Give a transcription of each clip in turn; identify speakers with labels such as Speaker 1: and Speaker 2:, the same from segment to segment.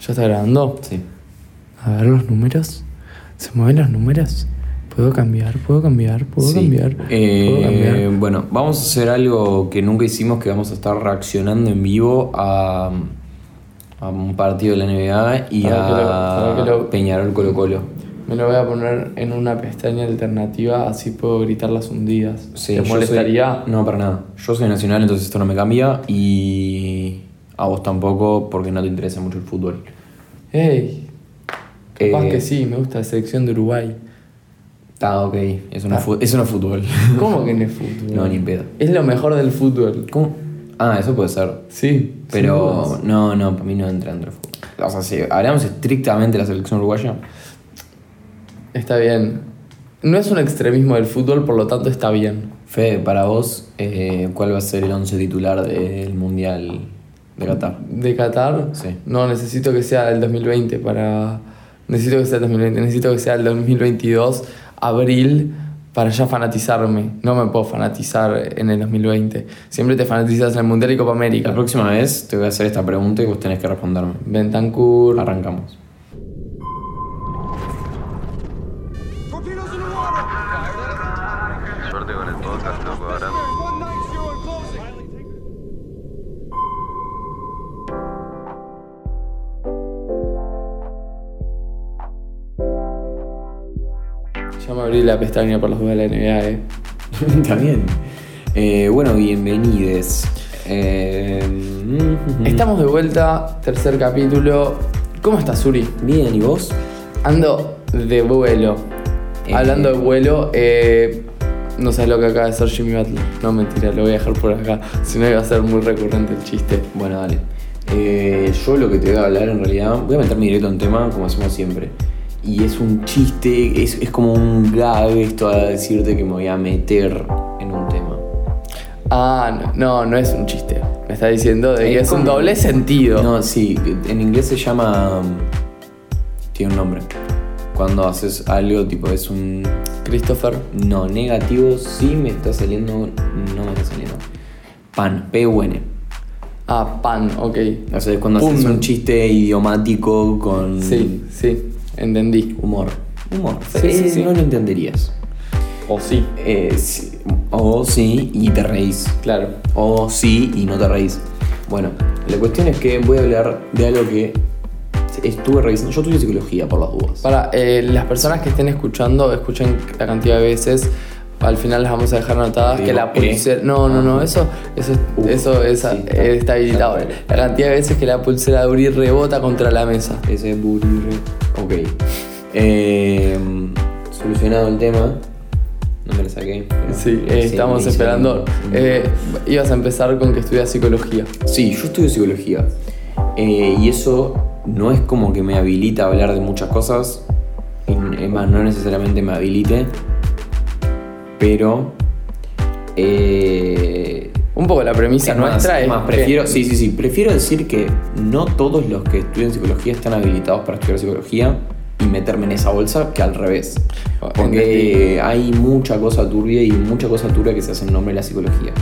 Speaker 1: ¿Ya está grabando?
Speaker 2: Sí.
Speaker 1: A ver los números. ¿Se mueven los números? ¿Puedo cambiar? ¿Puedo cambiar? ¿Puedo
Speaker 2: Sí.
Speaker 1: cambiar?
Speaker 2: Eh,
Speaker 1: ¿Puedo cambiar?
Speaker 2: Bueno, vamos a hacer algo que nunca hicimos, que vamos a estar reaccionando en vivo a, a un partido de la NBA y
Speaker 1: Para que lo-
Speaker 2: a
Speaker 1: para que lo-
Speaker 2: Peñarol Colo Colo.
Speaker 1: Me lo voy a poner en una pestaña alternativa, así puedo gritar las hundidas.
Speaker 2: Sí,
Speaker 1: ¿Te
Speaker 2: yo soy-
Speaker 1: molestaría?
Speaker 2: no, para nada. Yo soy nacional, entonces esto no me cambia y a vos tampoco porque no te interesa mucho el fútbol.
Speaker 1: ¡Ey! Capaz
Speaker 2: Eh.
Speaker 1: que sí, me gusta la selección de Uruguay.
Speaker 2: Está ok, eso no, es fu- eso no es fútbol.
Speaker 1: ¿Cómo que no es fútbol?
Speaker 2: No, ni en pedo.
Speaker 1: Es lo mejor del fútbol.
Speaker 2: ¿Cómo? Ah, eso puede ser.
Speaker 1: Sí. sin dudas.
Speaker 2: Pero no, no, para mí no entra dentro del fútbol. O sea, si hablamos estrictamente de la selección uruguaya,
Speaker 1: Está bien. No es un extremismo del fútbol, por lo tanto está bien.
Speaker 2: Fede, para vos, eh, ¿cuál va a ser el once titular del Mundial de Qatar?
Speaker 1: de Qatar.
Speaker 2: Sí.
Speaker 1: No, necesito que sea el 2020 para... Necesito que sea el 2020, necesito que sea el 2022, abril, para ya fanatizarme. No me puedo fanatizar en el 2020. Siempre te fanatizas en el Mundial y Copa
Speaker 2: La
Speaker 1: América.
Speaker 2: próxima vez te voy a hacer esta pregunta y vos tenés que responderme.
Speaker 1: Bentancur.
Speaker 2: Arrancamos.
Speaker 3: Torpedoes in the water! Fired up.
Speaker 4: Suerte con el podcast, loco, ahora.
Speaker 3: One nine zero and closing.
Speaker 1: Ya me abrí la pestaña por los juegos de la NBA, eh.
Speaker 2: También. Eh, bueno, bienvenides. Eh, mm,
Speaker 1: Estamos de vuelta, tercer capítulo. ¿Cómo estás, Suri?
Speaker 2: bien, ¿y vos?
Speaker 1: Ando de vuelo.
Speaker 2: Eh.
Speaker 1: Hablando de vuelo, eh, no sabes lo que acaba de hacer Jimmy Butler. No, mentira, lo voy a dejar por acá. Si no, iba a ser muy recurrente el chiste.
Speaker 2: Bueno, dale. Eh, yo lo que te voy a hablar en realidad, voy a meterme directo en tema como hacemos siempre. Y es un chiste, es, es como un gag esto a decirte que me voy a meter en un tema.
Speaker 1: Ah, no, no es un chiste. Me está diciendo de que
Speaker 2: Es
Speaker 1: es un
Speaker 2: como-
Speaker 1: doble sentido.
Speaker 2: No, sí, en inglés se llama... mm, Tiene un nombre. Cuando haces algo tipo es un...
Speaker 1: Christopher.
Speaker 2: No, negativo sí me está saliendo... No me está saliendo. Pan, P-U-N.
Speaker 1: Ah, pan, ok.
Speaker 2: O sea, es cuando haces
Speaker 1: Pun.
Speaker 2: un chiste idiomático con...
Speaker 1: Sí, sí, entendí.
Speaker 2: Humor. Humor.
Speaker 1: Sí, sí, sí.
Speaker 2: No lo entenderías.
Speaker 1: O sí.
Speaker 2: Eh, sí, O sí y te reís.
Speaker 1: Claro.
Speaker 2: O sí y no te reís. Bueno, la cuestión es que voy a hablar de algo que estuve revisando. Yo estudié psicología por las dudas.
Speaker 1: Para eh, las personas que estén escuchando, escuchen la cantidad de veces. Al final las vamos a dejar anotadas que
Speaker 2: Digo,
Speaker 1: la pulsera.
Speaker 2: eh.
Speaker 1: No, no, no, eso, eso, es-
Speaker 2: Uf,
Speaker 1: eso es-
Speaker 2: sí.
Speaker 1: eh, está habilitado. La cantidad de veces que la pulsera de Uri rebota contra la mesa.
Speaker 2: Ese burire. Ok. Eh, solucionado el tema. No me lo saqué. pero-
Speaker 1: Sí, eh,
Speaker 2: me
Speaker 1: estamos
Speaker 2: hice
Speaker 1: esperando.
Speaker 2: un- un-
Speaker 1: Eh, ibas a empezar con que estudias psicología.
Speaker 2: Sí, yo estudio psicología. Eh, y eso no es como que me habilita a hablar de muchas cosas. y n- Es más, no necesariamente me habilite. Pero. eh,
Speaker 1: Un poco la premisa
Speaker 2: es más,
Speaker 1: nuestra
Speaker 2: es
Speaker 1: es.
Speaker 2: más,
Speaker 1: que-
Speaker 2: prefiero, sí, sí, sí, prefiero decir que no todos los que estudian psicología están habilitados para estudiar psicología y meterme en esa bolsa que al revés.
Speaker 1: Oh,
Speaker 2: Porque hay mucha cosa turbia y mucha cosa turbia que se hace en nombre de la psicología.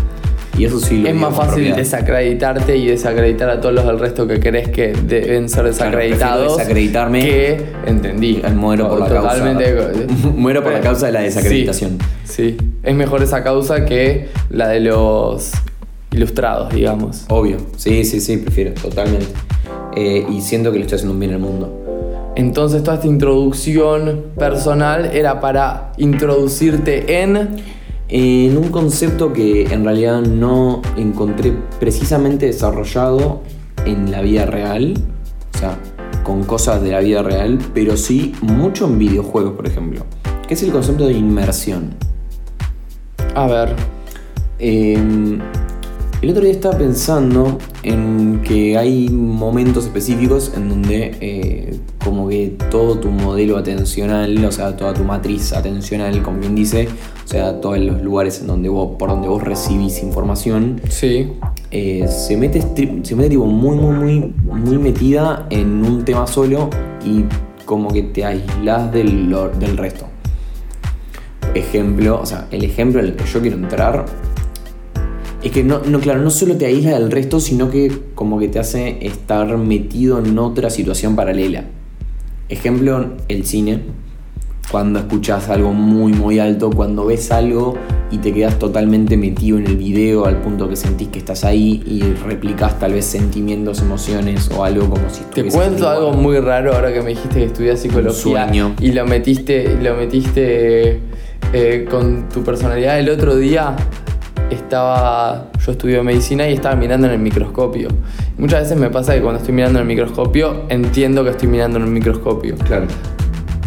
Speaker 2: Y eso sí lo
Speaker 1: es
Speaker 2: digo
Speaker 1: más
Speaker 2: con
Speaker 1: fácil
Speaker 2: propiedad.
Speaker 1: desacreditarte y desacreditar a todos los del resto que crees que deben ser
Speaker 2: prefiero
Speaker 1: desacreditados.
Speaker 2: desacreditarme
Speaker 1: Que entendí.
Speaker 2: Y Muero por la
Speaker 1: Totalmente. Eh,
Speaker 2: causa. Muero por la causa de la
Speaker 1: Sí.
Speaker 2: desacreditación.
Speaker 1: Sí, es mejor esa causa que la de los ilustrados, digamos.
Speaker 2: Obvio. Sí, sí, sí, prefiero, totalmente. Eh, y siento que le estoy haciendo un bien al mundo.
Speaker 1: Entonces toda esta introducción personal era para introducirte en...
Speaker 2: En un concepto que en realidad no encontré precisamente desarrollado en la vida real, o sea, con cosas de la vida real, pero sí mucho en videojuegos, por ejemplo, que es el concepto de inmersión.
Speaker 1: A ver,
Speaker 2: Eh, el otro día estaba pensando en que hay momentos específicos en donde eh, como que todo tu modelo atencional, o sea, toda tu matriz atencional, como bien dice, o sea, todos los lugares en donde vos, por donde vos recibís información,
Speaker 1: sí,
Speaker 2: eh, se mete, estri- se mete tipo muy, muy, muy, muy metida en un tema solo y como que te aislás del, lo- del resto. Ejemplo, o sea, el ejemplo en el que yo quiero entrar Es que no, no, claro, no solo te aísla del resto, sino que como que te hace estar metido en otra situación paralela. Ejemplo, el cine. Cuando escuchas algo muy muy alto, cuando ves algo y te quedas totalmente metido en el video al punto que sentís que estás ahí y replicas tal vez sentimientos, emociones o algo como si
Speaker 1: Te
Speaker 2: estuvieses
Speaker 1: cuento
Speaker 2: ahí,
Speaker 1: algo
Speaker 2: bueno.
Speaker 1: muy raro ahora que me dijiste que estudias psicología
Speaker 2: sueño.
Speaker 1: y lo metiste, lo metiste eh, con tu personalidad. El otro día estaba, yo estudio medicina y estaba mirando en el microscopio. Muchas veces me pasa que cuando estoy mirando en el microscopio entiendo que estoy mirando en el microscopio.
Speaker 2: Claro.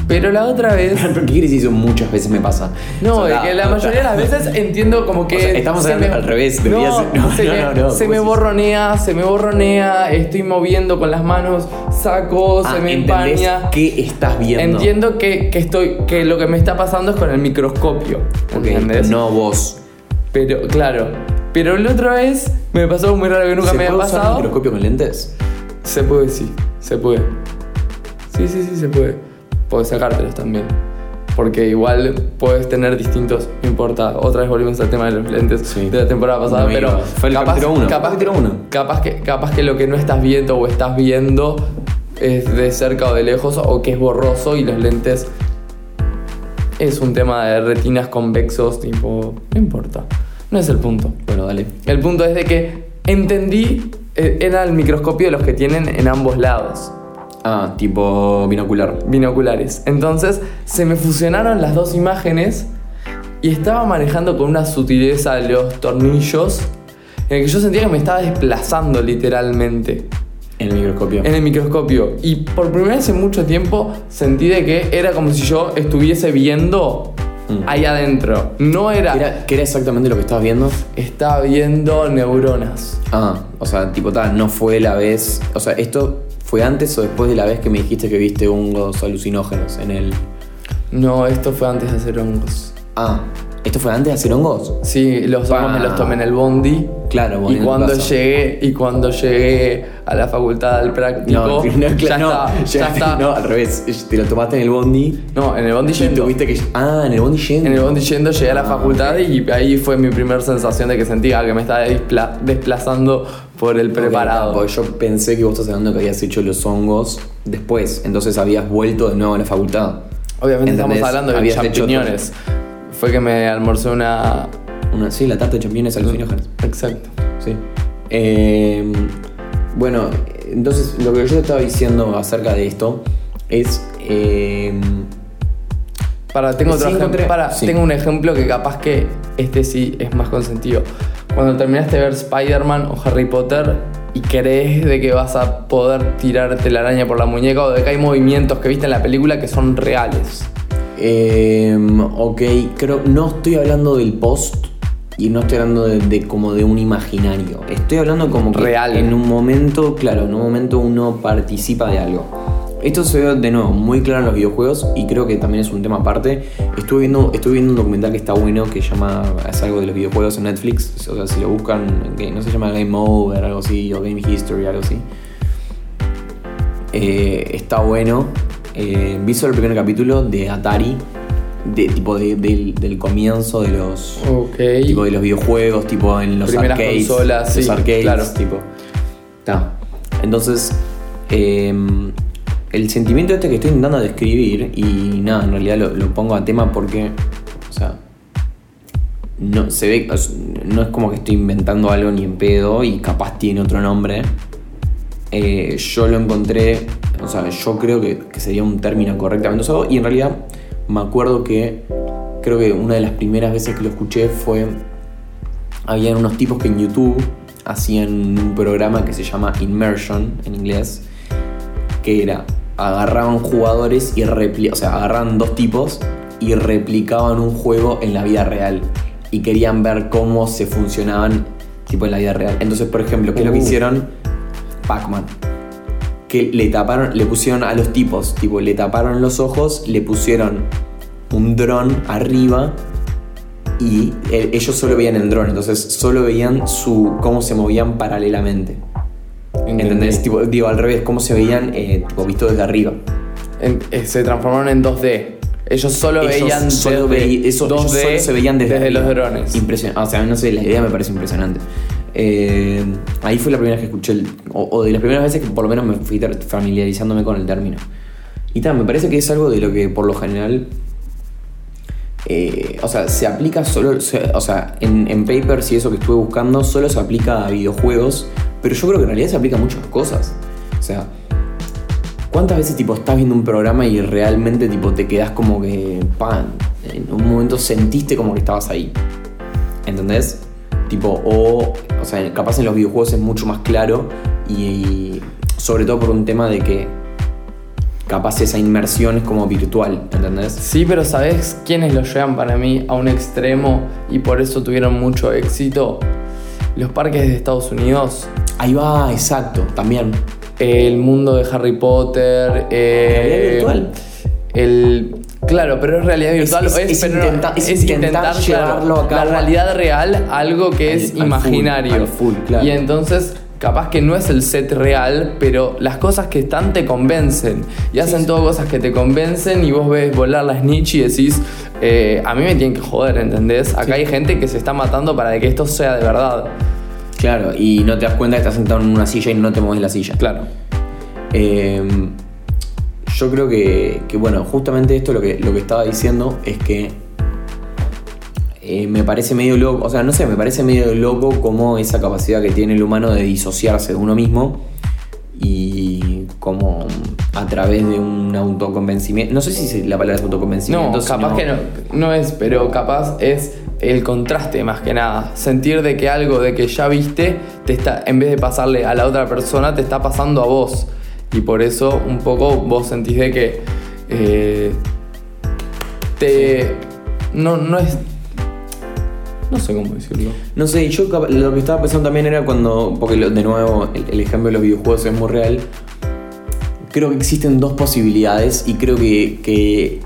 Speaker 1: Pero la otra vez
Speaker 2: Pero ¿qué quieres decir? Eso muchas veces me pasa.
Speaker 1: No,
Speaker 2: O sea,
Speaker 1: de que la
Speaker 2: o sea,
Speaker 1: mayoría de las veces entiendo como que.
Speaker 2: O sea, estamos
Speaker 1: se
Speaker 2: hablando
Speaker 1: me-
Speaker 2: al revés, debería
Speaker 1: no,
Speaker 2: ser- no,
Speaker 1: se
Speaker 2: no,
Speaker 1: me,
Speaker 2: no, no,
Speaker 1: se
Speaker 2: ¿cómo
Speaker 1: me
Speaker 2: decís?
Speaker 1: borronea, se me borronea, estoy moviendo con las manos, saco,
Speaker 2: ah,
Speaker 1: se me
Speaker 2: ¿entendés
Speaker 1: empaña.
Speaker 2: ¿Qué estás viendo?
Speaker 1: Entiendo que, que estoy. que lo que me está pasando es con el microscopio.
Speaker 2: Ok,
Speaker 1: ¿Entendés?
Speaker 2: No vos.
Speaker 1: Pero, claro. Pero la otra vez me pasó algo muy raro que nunca
Speaker 2: ¿Se
Speaker 1: me había
Speaker 2: puede usar
Speaker 1: pasado.
Speaker 2: microscopio con lentes?
Speaker 1: Se puede, sí, se puede. Sí, sí, sí, se puede. Puedes sacártelos también. Porque igual puedes tener distintos, no importa. Otra vez volvimos al tema de los lentes
Speaker 2: Sí.
Speaker 1: de la temporada pasada,
Speaker 2: No
Speaker 1: pero
Speaker 2: iba. Fue el
Speaker 1: capaz,
Speaker 2: capítulo uno.
Speaker 1: capaz,
Speaker 2: Capítulo uno.
Speaker 1: capaz que capaz que lo que no estás viendo o estás viendo es de cerca o de lejos o que es borroso y los lentes es un tema de retinas convexos, tipo, no importa. No es el punto.
Speaker 2: Bueno, dale.
Speaker 1: El punto es de que entendí, eh, era el microscopio de los que tienen en ambos lados,
Speaker 2: Ah, tipo binocular.
Speaker 1: binoculares. Entonces se me fusionaron las dos imágenes y estaba manejando con una sutileza los tornillos en el que yo sentía que me estaba desplazando literalmente
Speaker 2: En el microscopio.
Speaker 1: en el microscopio. Y por primera vez en mucho tiempo sentí de que era como si yo estuviese viendo
Speaker 2: Mm.
Speaker 1: ahí adentro. No era...
Speaker 2: ¿Qué era, qué era exactamente lo que estabas viendo?
Speaker 1: Estaba viendo neuronas.
Speaker 2: Ah, o sea, tipo, ta, no fue la vez. O sea, ¿esto fue antes o después de la vez que me dijiste que viste hongos alucinógenos en el.
Speaker 1: No, esto fue antes de hacer hongos.
Speaker 2: Ah, ¿esto fue antes de hacer hongos?
Speaker 1: Sí, los
Speaker 2: Pa.
Speaker 1: hongos me los tomé en el bondi.
Speaker 2: Claro, bondi
Speaker 1: y
Speaker 2: en tu
Speaker 1: cuando
Speaker 2: casa.
Speaker 1: llegué Y cuando llegué a la facultad al práctico,
Speaker 2: No, no,
Speaker 1: ya
Speaker 2: claro, no,
Speaker 1: está, ya
Speaker 2: llegaste-
Speaker 1: está.
Speaker 2: no,
Speaker 1: No,
Speaker 2: al revés. Te lo tomaste en el bondi.
Speaker 1: en el bondi
Speaker 2: Y
Speaker 1: yendo.
Speaker 2: tuviste que. Ah, en el bondi yendo.
Speaker 1: En el bondi yendo llegué a la
Speaker 2: Ah,
Speaker 1: facultad y ahí fue mi primera sensación de que sentía que me estaba displa- desplazando por el
Speaker 2: Ok,
Speaker 1: preparado.
Speaker 2: Porque yo pensé que vos estás hablando que habías hecho los hongos después. Entonces habías vuelto de nuevo a la facultad.
Speaker 1: Obviamente
Speaker 2: ¿Entendés?
Speaker 1: estamos hablando de
Speaker 2: Habías hecho
Speaker 1: champiñones. Fue que me almorcé una...
Speaker 2: Una, sí, la tarta de champiñones alucinógenos.
Speaker 1: Exacto.
Speaker 2: Sí. Eh, bueno, entonces lo que yo estaba diciendo acerca de esto es. eh,
Speaker 1: Para, tengo, otro
Speaker 2: Sí,
Speaker 1: ejem-
Speaker 2: encontré.
Speaker 1: para,
Speaker 2: Sí.
Speaker 1: tengo un ejemplo que capaz que este sí es más consentido. Cuando terminaste de ver Spider-Man o Harry Potter y crees de que vas a poder tirarte la araña por la muñeca o de que hay movimientos que viste en la película que son reales.
Speaker 2: eh, ok, creo. No estoy hablando del post. Y no estoy hablando de, de como de un imaginario. Estoy hablando como que
Speaker 1: Real.
Speaker 2: en un momento, claro, en un momento uno participa de algo. Esto se ve de nuevo muy claro en los videojuegos y creo que también es un tema aparte. Estuve viendo, estuve viendo un documental que está bueno que llama es algo de los videojuegos en Netflix. O sea, si lo buscan, que no se llama Game Over, algo así, o Game History, algo así. Eh, está bueno. Eh, vi solo el primer capítulo de Atari, de, tipo de- del, del comienzo de los,
Speaker 1: Ok.
Speaker 2: tipo de los videojuegos, tipo en los
Speaker 1: Primeras
Speaker 2: arcades,
Speaker 1: consolas,
Speaker 2: los
Speaker 1: sí,
Speaker 2: arcades,
Speaker 1: claro.
Speaker 2: tipo. Ta. Entonces, eh, el sentimiento este que estoy intentando describir y nada, en realidad lo, lo pongo a tema porque, o sea, no se ve, o sea, no es como que estoy inventando algo ni en pedo y capaz tiene otro nombre. Eh, yo lo encontré, o sea, yo creo que, que sería un término correctamente usado y en realidad me acuerdo que creo que una de las primeras veces que lo escuché fue, habían unos tipos que en YouTube hacían un programa que se llama Immersion en inglés, que era, agarraban jugadores y replicaban, o sea, agarraban dos tipos y replicaban un juego en la vida real y querían ver cómo se funcionaban tipo en la vida real. Entonces, por ejemplo, ¿qué es lo que
Speaker 1: Uh.
Speaker 2: hicieron? Pac-Man. Que le taparon, le pusieron a los tipos, tipo, le taparon los ojos, le pusieron un dron arriba y el- ellos solo veían el dron, entonces solo veían su cómo se movían paralelamente. ¿Entendés? Tipo, digo, al revés, cómo se veían eh, tipo, visto desde arriba.
Speaker 1: En- eh, se transformaron en 2D. Ellos solo
Speaker 2: Ellos
Speaker 1: veían
Speaker 2: solo
Speaker 1: desde
Speaker 2: veí- eso- ellos
Speaker 1: 2D
Speaker 2: solo se veían desde,
Speaker 1: desde los
Speaker 2: arriba.
Speaker 1: drones.
Speaker 2: Impresionante. O sea, no sé, la idea me parece impresionante. Eh, ahí fue la primera vez que escuché, el- o, o de las primeras veces que por lo menos me fui ter- familiarizándome con el término. Y tal, me parece que es algo de lo que por lo general. eh, o sea, se aplica solo. se- o sea, en, en papers y eso que estuve buscando, solo se aplica a videojuegos. Pero yo creo que en realidad se aplica a muchas cosas. O sea, ¿Cuántas veces tipo estás viendo un programa y realmente tipo te quedás como que pan? En un momento sentiste como que estabas ahí. ¿Entendés? Tipo, o. O sea, capaz en los videojuegos es mucho más claro. Y, y sobre todo por un tema de que capaz esa inmersión es como virtual, ¿entendés?
Speaker 1: Sí, pero ¿sabés quiénes lo llevan para mí a un extremo y por eso tuvieron mucho éxito? Los parques de Estados Unidos,
Speaker 2: Ahí va, exacto, también.
Speaker 1: el mundo de Harry Potter, eh,
Speaker 2: Ah, virtual.
Speaker 1: El, claro, pero es realidad virtual.
Speaker 2: es- es
Speaker 1: pero no,
Speaker 2: intenta- es intentar llevarlo a
Speaker 1: La
Speaker 2: cabo.
Speaker 1: realidad real, algo que es
Speaker 2: al full,
Speaker 1: imaginario.
Speaker 2: al full, claro.
Speaker 1: Y entonces, capaz que no es el set real, pero las cosas que están te convencen. Y hacen todo cosas que te convencen y vos ves volar la snitch y decís, eh, a mí me tienen que joder, ¿entendés? Acá hay gente que se está matando para que esto sea de verdad.
Speaker 2: Claro, y no te das cuenta que estás sentado en una silla y no te mueves de la silla.
Speaker 1: Claro.
Speaker 2: Eh, yo creo que, que, bueno, justamente esto lo que, lo que estaba diciendo es que eh, me parece medio loco, o sea, no sé, me parece medio loco como esa capacidad que tiene el humano de disociarse de uno mismo y como a través de un autoconvencimiento, no sé si se- la palabra es
Speaker 1: No,
Speaker 2: autoconvencimiento.
Speaker 1: capaz
Speaker 2: sino-
Speaker 1: que no, no es, pero capaz es el contraste más que nada. Sentir de que algo de que ya viste, te está, en vez de pasarle a la otra persona, te está pasando a vos. Y por eso un poco vos sentís de que eh, te... No, no es... No sé cómo decirlo.
Speaker 2: No sé, yo cap- lo que estaba pensando también era cuando, porque lo- de nuevo el, el ejemplo de los videojuegos es muy real, creo que existen dos posibilidades y creo que, que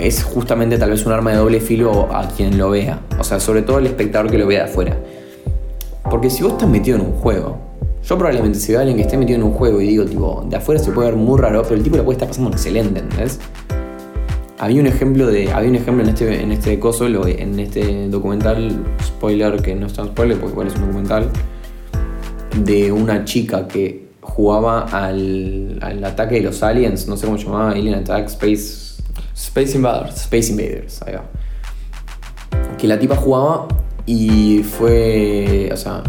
Speaker 2: es justamente tal vez un arma de doble filo a quien lo vea, o sea, sobre todo el espectador que lo vea de afuera. Porque si vos estás metido en un juego, yo probablemente si veo a alguien que esté metido en un juego y digo, tipo, de afuera se puede ver muy raro, pero el tipo la puede estar pasando excelente, ¿entendés? Había un ejemplo de. Había un ejemplo en este, en este coso, lo- en este documental, spoiler que no es tan spoiler porque igual es un documental, de una chica que jugaba al, al ataque de los aliens, no sé cómo se llamaba, Alien Attack, Space.
Speaker 1: Space Invaders.
Speaker 2: Space Invaders, ahí va. Que la tipa jugaba y fue. O sea.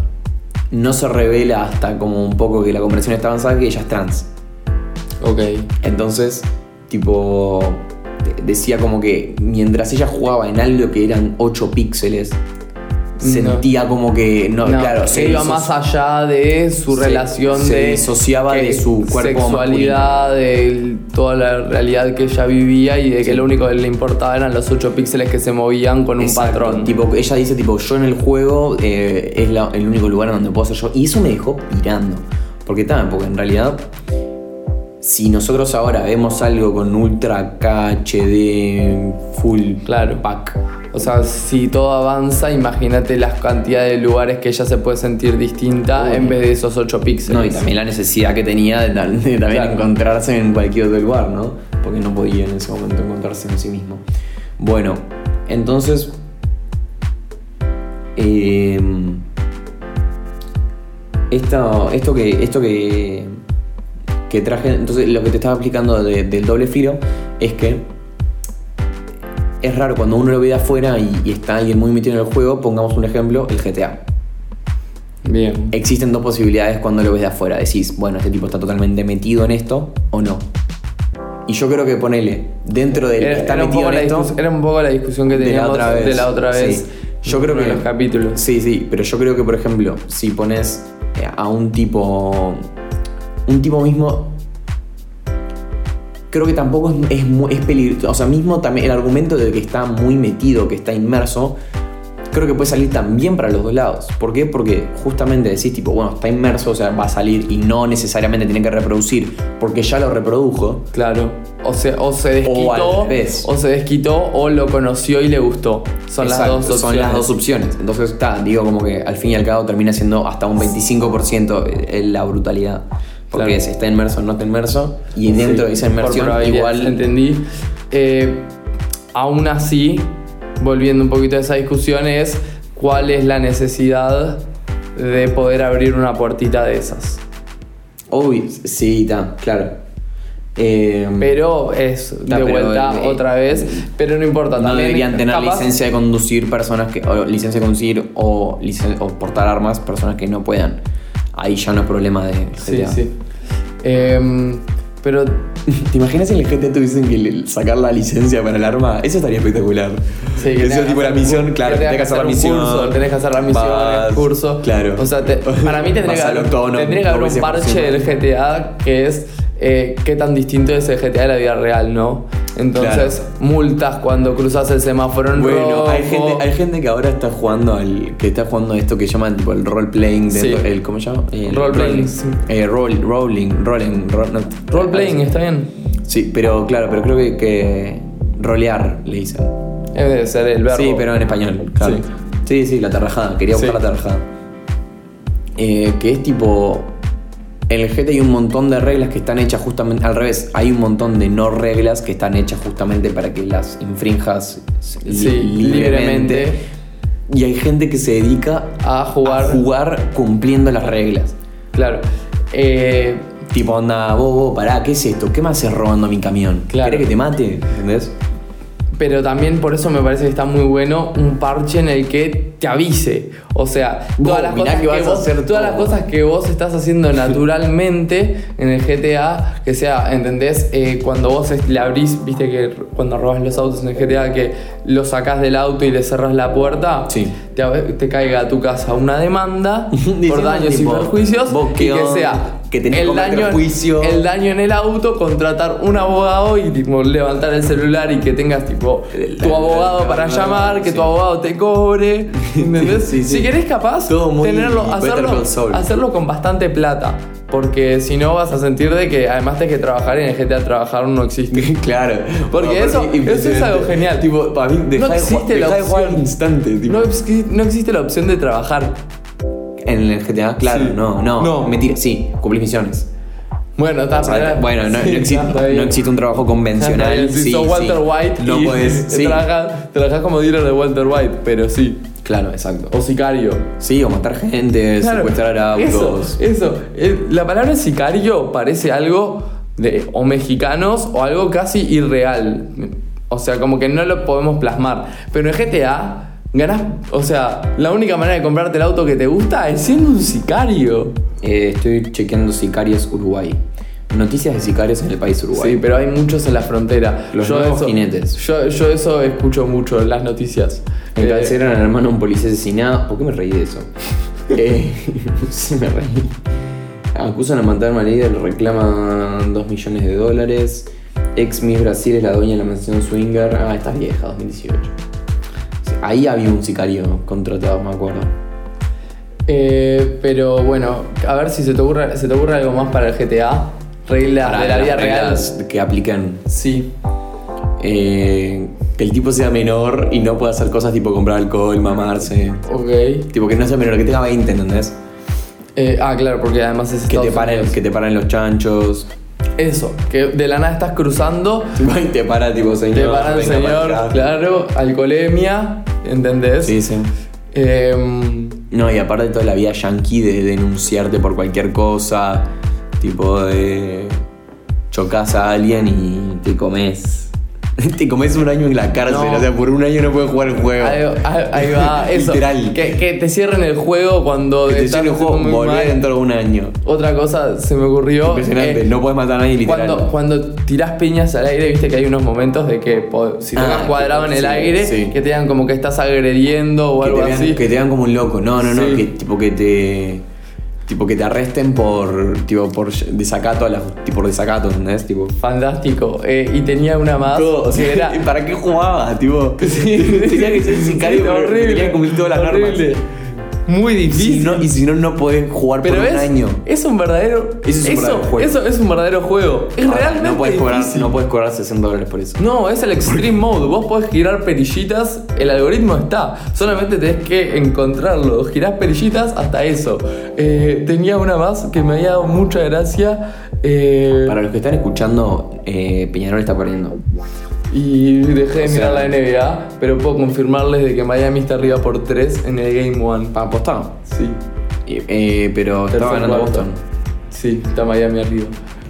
Speaker 2: No se revela hasta como un poco que la conversación está avanzada que ella es trans.
Speaker 1: Ok.
Speaker 2: Entonces, tipo, de- decía como que mientras ella jugaba en algo que eran 8 píxeles, sentía como que no,
Speaker 1: No,
Speaker 2: claro,
Speaker 1: se iba
Speaker 2: diso-
Speaker 1: más allá de su
Speaker 2: se-
Speaker 1: relación
Speaker 2: se
Speaker 1: de
Speaker 2: disociaba de
Speaker 1: que-
Speaker 2: su cuerpo
Speaker 1: sexualidad de toda la realidad que ella vivía y de que
Speaker 2: Sí.
Speaker 1: lo único que le importaba eran los ocho píxeles que se movían con un
Speaker 2: Exacto,
Speaker 1: patrón
Speaker 2: Tipo, ella dice, tipo, yo en el juego eh, es la- el único lugar donde puedo ser yo. Y eso me dejó pirando. Porque también, porque en realidad, si nosotros ahora vemos algo con ultra KHD, full
Speaker 1: Claro.
Speaker 2: pack,
Speaker 1: o sea si todo avanza imagínate las cantidades de lugares que ella se puede sentir distinta
Speaker 2: Uy.
Speaker 1: en vez de esos ocho píxeles
Speaker 2: No, y también la necesidad que tenía de, tal- de también
Speaker 1: Claro.
Speaker 2: encontrarse en cualquier otro lugar, ¿no? Porque no podía en ese momento encontrarse en sí mismo. Bueno, entonces. eh, esto, esto que. Esto que. que traje. Entonces, lo que te estaba explicando de- del doble filo es que es raro cuando uno lo ve de afuera y, y está alguien muy metido en el juego. Pongamos un ejemplo, el GTA
Speaker 1: bien
Speaker 2: existen dos posibilidades cuando lo ves de afuera. Decís, bueno, este tipo está totalmente metido en esto o no. Y yo creo que ponele, dentro del
Speaker 1: era,
Speaker 2: está
Speaker 1: era un
Speaker 2: metido
Speaker 1: poco
Speaker 2: en
Speaker 1: la
Speaker 2: esto.
Speaker 1: discus- era un poco la discusión que
Speaker 2: de la
Speaker 1: teníamos
Speaker 2: otra vez,
Speaker 1: vez
Speaker 2: sí. Yo creo
Speaker 1: en uno de
Speaker 2: que-
Speaker 1: los capítulos
Speaker 2: Sí, sí, pero yo creo que, por ejemplo, si pones eh, a un tipo. Un tipo mismo. Creo que tampoco es, es, mu- es peligroso. O sea, mismo también el argumento de que está muy metido, que está inmerso, creo que puede salir también para los dos lados. ¿Por qué? Porque justamente decís, tipo, bueno, está inmerso, o sea, va a salir y no necesariamente tiene que reproducir, porque ya lo reprodujo.
Speaker 1: Claro. O se, o se desquitó.
Speaker 2: al revés.
Speaker 1: o se desquitó o lo conoció y le gustó. Son
Speaker 2: Exacto,
Speaker 1: las dos opciones.
Speaker 2: Son las dos opciones. Entonces, está, digo como que al fin y al cabo termina siendo hasta un 25% el- eh, la brutalidad. Porque
Speaker 1: Claro.
Speaker 2: si está inmerso o no está inmerso, y dentro
Speaker 1: Sí,
Speaker 2: de esa
Speaker 1: por
Speaker 2: inmersión
Speaker 1: probabilidades,
Speaker 2: igual
Speaker 1: Entendí. eh, aún así, volviendo un poquito a esa discusión, es cuál es la necesidad de poder abrir una puertita de esas.
Speaker 2: Obvio, sí, está, claro. Eh,
Speaker 1: Pero es
Speaker 2: Ta,
Speaker 1: de
Speaker 2: pero,
Speaker 1: vuelta
Speaker 2: eh,
Speaker 1: otra vez, pero no importa.
Speaker 2: no
Speaker 1: también
Speaker 2: deberían tener
Speaker 1: capaz-
Speaker 2: licencia de conducir personas que. O licencia de conducir o, licen- o portar armas personas que no puedan. Ahí ya no es problema de.
Speaker 1: Sí,
Speaker 2: GTA.
Speaker 1: sí. Em, pero
Speaker 2: ¿Te imaginas si en el GTA tuviesen que le- sacar la licencia para el arma? Eso estaría espectacular.
Speaker 1: Sí, que
Speaker 2: Eso
Speaker 1: tengas
Speaker 2: es tipo
Speaker 1: que
Speaker 2: la
Speaker 1: hacer
Speaker 2: misión,
Speaker 1: un-
Speaker 2: claro. Tenés que hacer la
Speaker 1: un
Speaker 2: misión.
Speaker 1: curso, tenés que hacer la misión,
Speaker 2: vas,
Speaker 1: el curso.
Speaker 2: Claro.
Speaker 1: O sea, te- para mí tendría
Speaker 2: Vas
Speaker 1: que,
Speaker 2: al
Speaker 1: haber,
Speaker 2: octógono
Speaker 1: tendría que
Speaker 2: dos
Speaker 1: haber un
Speaker 2: veces por
Speaker 1: parche
Speaker 2: semana.
Speaker 1: del GTA que es eh, qué tan distinto es el GTA de la vida real, ¿no? Entonces, multas cuando cruzas el semáforo en
Speaker 2: Bueno, hay
Speaker 1: rojo.
Speaker 2: gente, hay gente que ahora está jugando al. que está jugando a esto que llaman tipo el role playing
Speaker 1: Sí.
Speaker 2: el, ¿cómo se llama? El
Speaker 1: Role playing,
Speaker 2: rolling.
Speaker 1: sí.
Speaker 2: Eh, role- rolling, rolling, ro- no,
Speaker 1: Role playing, está bien.
Speaker 2: Sí, pero claro, pero creo que, que rolear le dicen.
Speaker 1: Eh, Debe ser el verbo.
Speaker 2: Sí, pero en español, claro.
Speaker 1: Sí.
Speaker 2: Sí, sí, la tarrajada, quería buscar
Speaker 1: Sí.
Speaker 2: la tarrajada. Eh, que es tipo. En el GT hay un montón de reglas que están hechas justamente. Al revés, hay un montón de no reglas que están hechas justamente para que las infrinjas li-
Speaker 1: Sí, libremente.
Speaker 2: Y hay gente que se dedica
Speaker 1: A jugar.
Speaker 2: a jugar cumpliendo las reglas.
Speaker 1: Claro. Eh,
Speaker 2: Tipo, onda, vos, vos, pará, ¿qué es esto? ¿Qué me haces robando mi camión?
Speaker 1: Claro.
Speaker 2: ¿Querés que te mate? ¿Entendés?
Speaker 1: Pero también por eso me parece que está muy bueno un parche en el que te avise. O sea,
Speaker 2: Wow,
Speaker 1: todas, las,
Speaker 2: mirá
Speaker 1: cosas
Speaker 2: que vas
Speaker 1: que
Speaker 2: a
Speaker 1: vos,
Speaker 2: hacer
Speaker 1: todas las
Speaker 2: todo.
Speaker 1: cosas que vos estás haciendo naturalmente en el GTA, que sea, ¿entendés? Eh, cuando vos es- le abrís, viste que r- cuando robas los autos en el GTA, que los sacás del auto y le cerrás la puerta,
Speaker 2: Sí.
Speaker 1: te, ab- te caiga a tu casa una demanda
Speaker 2: Diciendo,
Speaker 1: por daños
Speaker 2: tipo,
Speaker 1: y perjuicios
Speaker 2: vos
Speaker 1: y
Speaker 2: qué
Speaker 1: que
Speaker 2: onda,
Speaker 1: sea
Speaker 2: que tenés que cometer juicio.
Speaker 1: el daño en el auto, contratar un abogado y tipo, levantar el celular y que tengas tipo tu abogado para llamar, que
Speaker 2: Sí.
Speaker 1: tu abogado te cobre. ¿Entendés?
Speaker 2: Sí, sí.
Speaker 1: Si querés capaz,
Speaker 2: Todo muy
Speaker 1: tenerlo,
Speaker 2: Better
Speaker 1: hacerlo,
Speaker 2: Call Saul.
Speaker 1: hacerlo con bastante plata. Porque si no vas a sentir de que además tenés que trabajar y en el GTA trabajar no existe.
Speaker 2: claro.
Speaker 1: Porque
Speaker 2: Bueno,
Speaker 1: eso-
Speaker 2: aparte,
Speaker 1: eso es algo
Speaker 2: impresionante.
Speaker 1: genial.
Speaker 2: Tipo, para mí, dejá de
Speaker 1: existe
Speaker 2: jugar- dejá
Speaker 1: la
Speaker 2: de jugar
Speaker 1: opción.
Speaker 2: al instante. tipo.
Speaker 1: No, exi- no existe la opción de trabajar.
Speaker 2: En el GTA, claro,
Speaker 1: Sí.
Speaker 2: no, no,
Speaker 1: No.
Speaker 2: Mentira, sí, cumplís misiones.
Speaker 1: Bueno, está
Speaker 2: O sea,
Speaker 1: para-
Speaker 2: bueno, no,
Speaker 1: sí,
Speaker 2: no existe,
Speaker 1: está, está bien.
Speaker 2: no existe un trabajo
Speaker 1: Está
Speaker 2: convencional.
Speaker 1: bien, Si
Speaker 2: Sí,
Speaker 1: sos
Speaker 2: sí.
Speaker 1: Walter White,
Speaker 2: No
Speaker 1: y
Speaker 2: puedes. Sí.
Speaker 1: trabajas, trabajas como dealer de Walter White, pero sí.
Speaker 2: Claro, exacto.
Speaker 1: O sicario.
Speaker 2: Sí, o matar gente,
Speaker 1: Claro,
Speaker 2: secuestrar autos.
Speaker 1: Eso, eso. Eh, La palabra sicario parece algo de o mexicanos o algo casi irreal. O sea, como que no lo podemos plasmar. Pero en GTA ganás, o sea, la única manera de comprarte el auto que te gusta es siendo un sicario.
Speaker 2: Eh, estoy chequeando Sicarios Uruguay. Noticias de sicarios en el país Uruguay.
Speaker 1: Sí, pero hay muchos en la frontera.
Speaker 2: Los nuevos jinetes.
Speaker 1: Yo, yo eso escucho mucho en las noticias. Eh,
Speaker 2: Encarcelaron al hermano de un policía asesinado. ¿Por qué me reí de eso? eh, sí, me reí. Acusan a matar a María, le reclaman 2 millones de dólares. Ex Miss Brasil es la dueña de la mansión Swinger. Ah, estás vieja, 2018. Sí, Ahí había un sicario contratado, me acuerdo.
Speaker 1: Eh, pero bueno, a ver si se te ocurre, se te ocurre algo más para el GTA. Reglas
Speaker 2: Para
Speaker 1: de la
Speaker 2: las
Speaker 1: vida real.
Speaker 2: reglas Que aplican.
Speaker 1: Sí.
Speaker 2: Eh, que el tipo sea menor y no pueda hacer cosas tipo comprar alcohol, mamarse.
Speaker 1: Ok.
Speaker 2: Tipo que no sea menor, que tenga 20, ¿entendés?
Speaker 1: Eh, ah, claro, porque además es
Speaker 2: Que te,
Speaker 1: Estados
Speaker 2: paren,
Speaker 1: Unidos.
Speaker 2: que te paren los chanchos.
Speaker 1: Eso, que de la nada estás cruzando,
Speaker 2: Va y te para tipo señor.
Speaker 1: te para el
Speaker 2: venga
Speaker 1: señor,
Speaker 2: para acá.
Speaker 1: claro, alcoholemia, ¿entendés?
Speaker 2: Sí, sí.
Speaker 1: Em,
Speaker 2: No, y aparte toda la vida yankee de denunciarte por cualquier cosa, tipo de chocas a alguien y te comes. Te comes un año en la cárcel,
Speaker 1: No.
Speaker 2: o sea, por un año no puedes jugar el juego.
Speaker 1: ahí, ahí- ahí va, eso.
Speaker 2: Literal.
Speaker 1: Que, que te cierren el juego cuando
Speaker 2: Que te
Speaker 1: estás
Speaker 2: llene el juego,
Speaker 1: haciendo muy
Speaker 2: volver
Speaker 1: mal.
Speaker 2: dentro de un año.
Speaker 1: Otra cosa se me ocurrió.
Speaker 2: Impresionante,
Speaker 1: eh,
Speaker 2: no puedes matar a nadie literal.
Speaker 1: Cuando, cuando tirás piñas al aire, viste que hay unos momentos de que po- si tocas
Speaker 2: Ah,
Speaker 1: cuadrado en el
Speaker 2: sí,
Speaker 1: aire,
Speaker 2: sí.
Speaker 1: que te dan como que estás agrediendo o
Speaker 2: que,
Speaker 1: algo
Speaker 2: te vean,
Speaker 1: así.
Speaker 2: que te vean como un loco. No, no, no,
Speaker 1: Sí.
Speaker 2: que tipo que te. Tipo que te arresten por. Tipo, por desacato a la. Tipo, por desacato, ¿entendés? Tipo.
Speaker 1: Fantástico. Eh, y tenía una más
Speaker 2: Todo, o sea,
Speaker 1: que era.
Speaker 2: ¿Para qué jugabas? Tipo, tenía que ser sicario,
Speaker 1: Sí,
Speaker 2: pero tenía que cumplir todas las
Speaker 1: horrible.
Speaker 2: normas.
Speaker 1: Muy
Speaker 2: Y
Speaker 1: difícil.
Speaker 2: si no, y si no, no podés jugar
Speaker 1: pero
Speaker 2: por
Speaker 1: es,
Speaker 2: un año.
Speaker 1: es un verdadero.
Speaker 2: Eso es un verdadero juego.
Speaker 1: eso es un verdadero juego. Es
Speaker 2: Ahora,
Speaker 1: realmente.
Speaker 2: no podés, cobrar,
Speaker 1: difícil.
Speaker 2: no podés cobrar 60 dólares por eso.
Speaker 1: No, es el extreme mode. Vos podés girar perillitas, el algoritmo está. Solamente tenés que encontrarlo. Girás perillitas hasta eso. Eh, tenía una más que me había dado mucha gracia. eh,
Speaker 2: Para los que están escuchando, eh, Peñarol está perdiendo.
Speaker 1: Y dejé de mirar
Speaker 2: O sea-
Speaker 1: la NBA, pero puedo confirmarles de que Miami está arriba por 3 en el Game 1.
Speaker 2: Ah, Boston.
Speaker 1: Sí.
Speaker 2: Eh, eh, pero
Speaker 1: Tercer
Speaker 2: estaba ganando
Speaker 1: cuarto.
Speaker 2: Boston.
Speaker 1: Sí, está Miami arriba.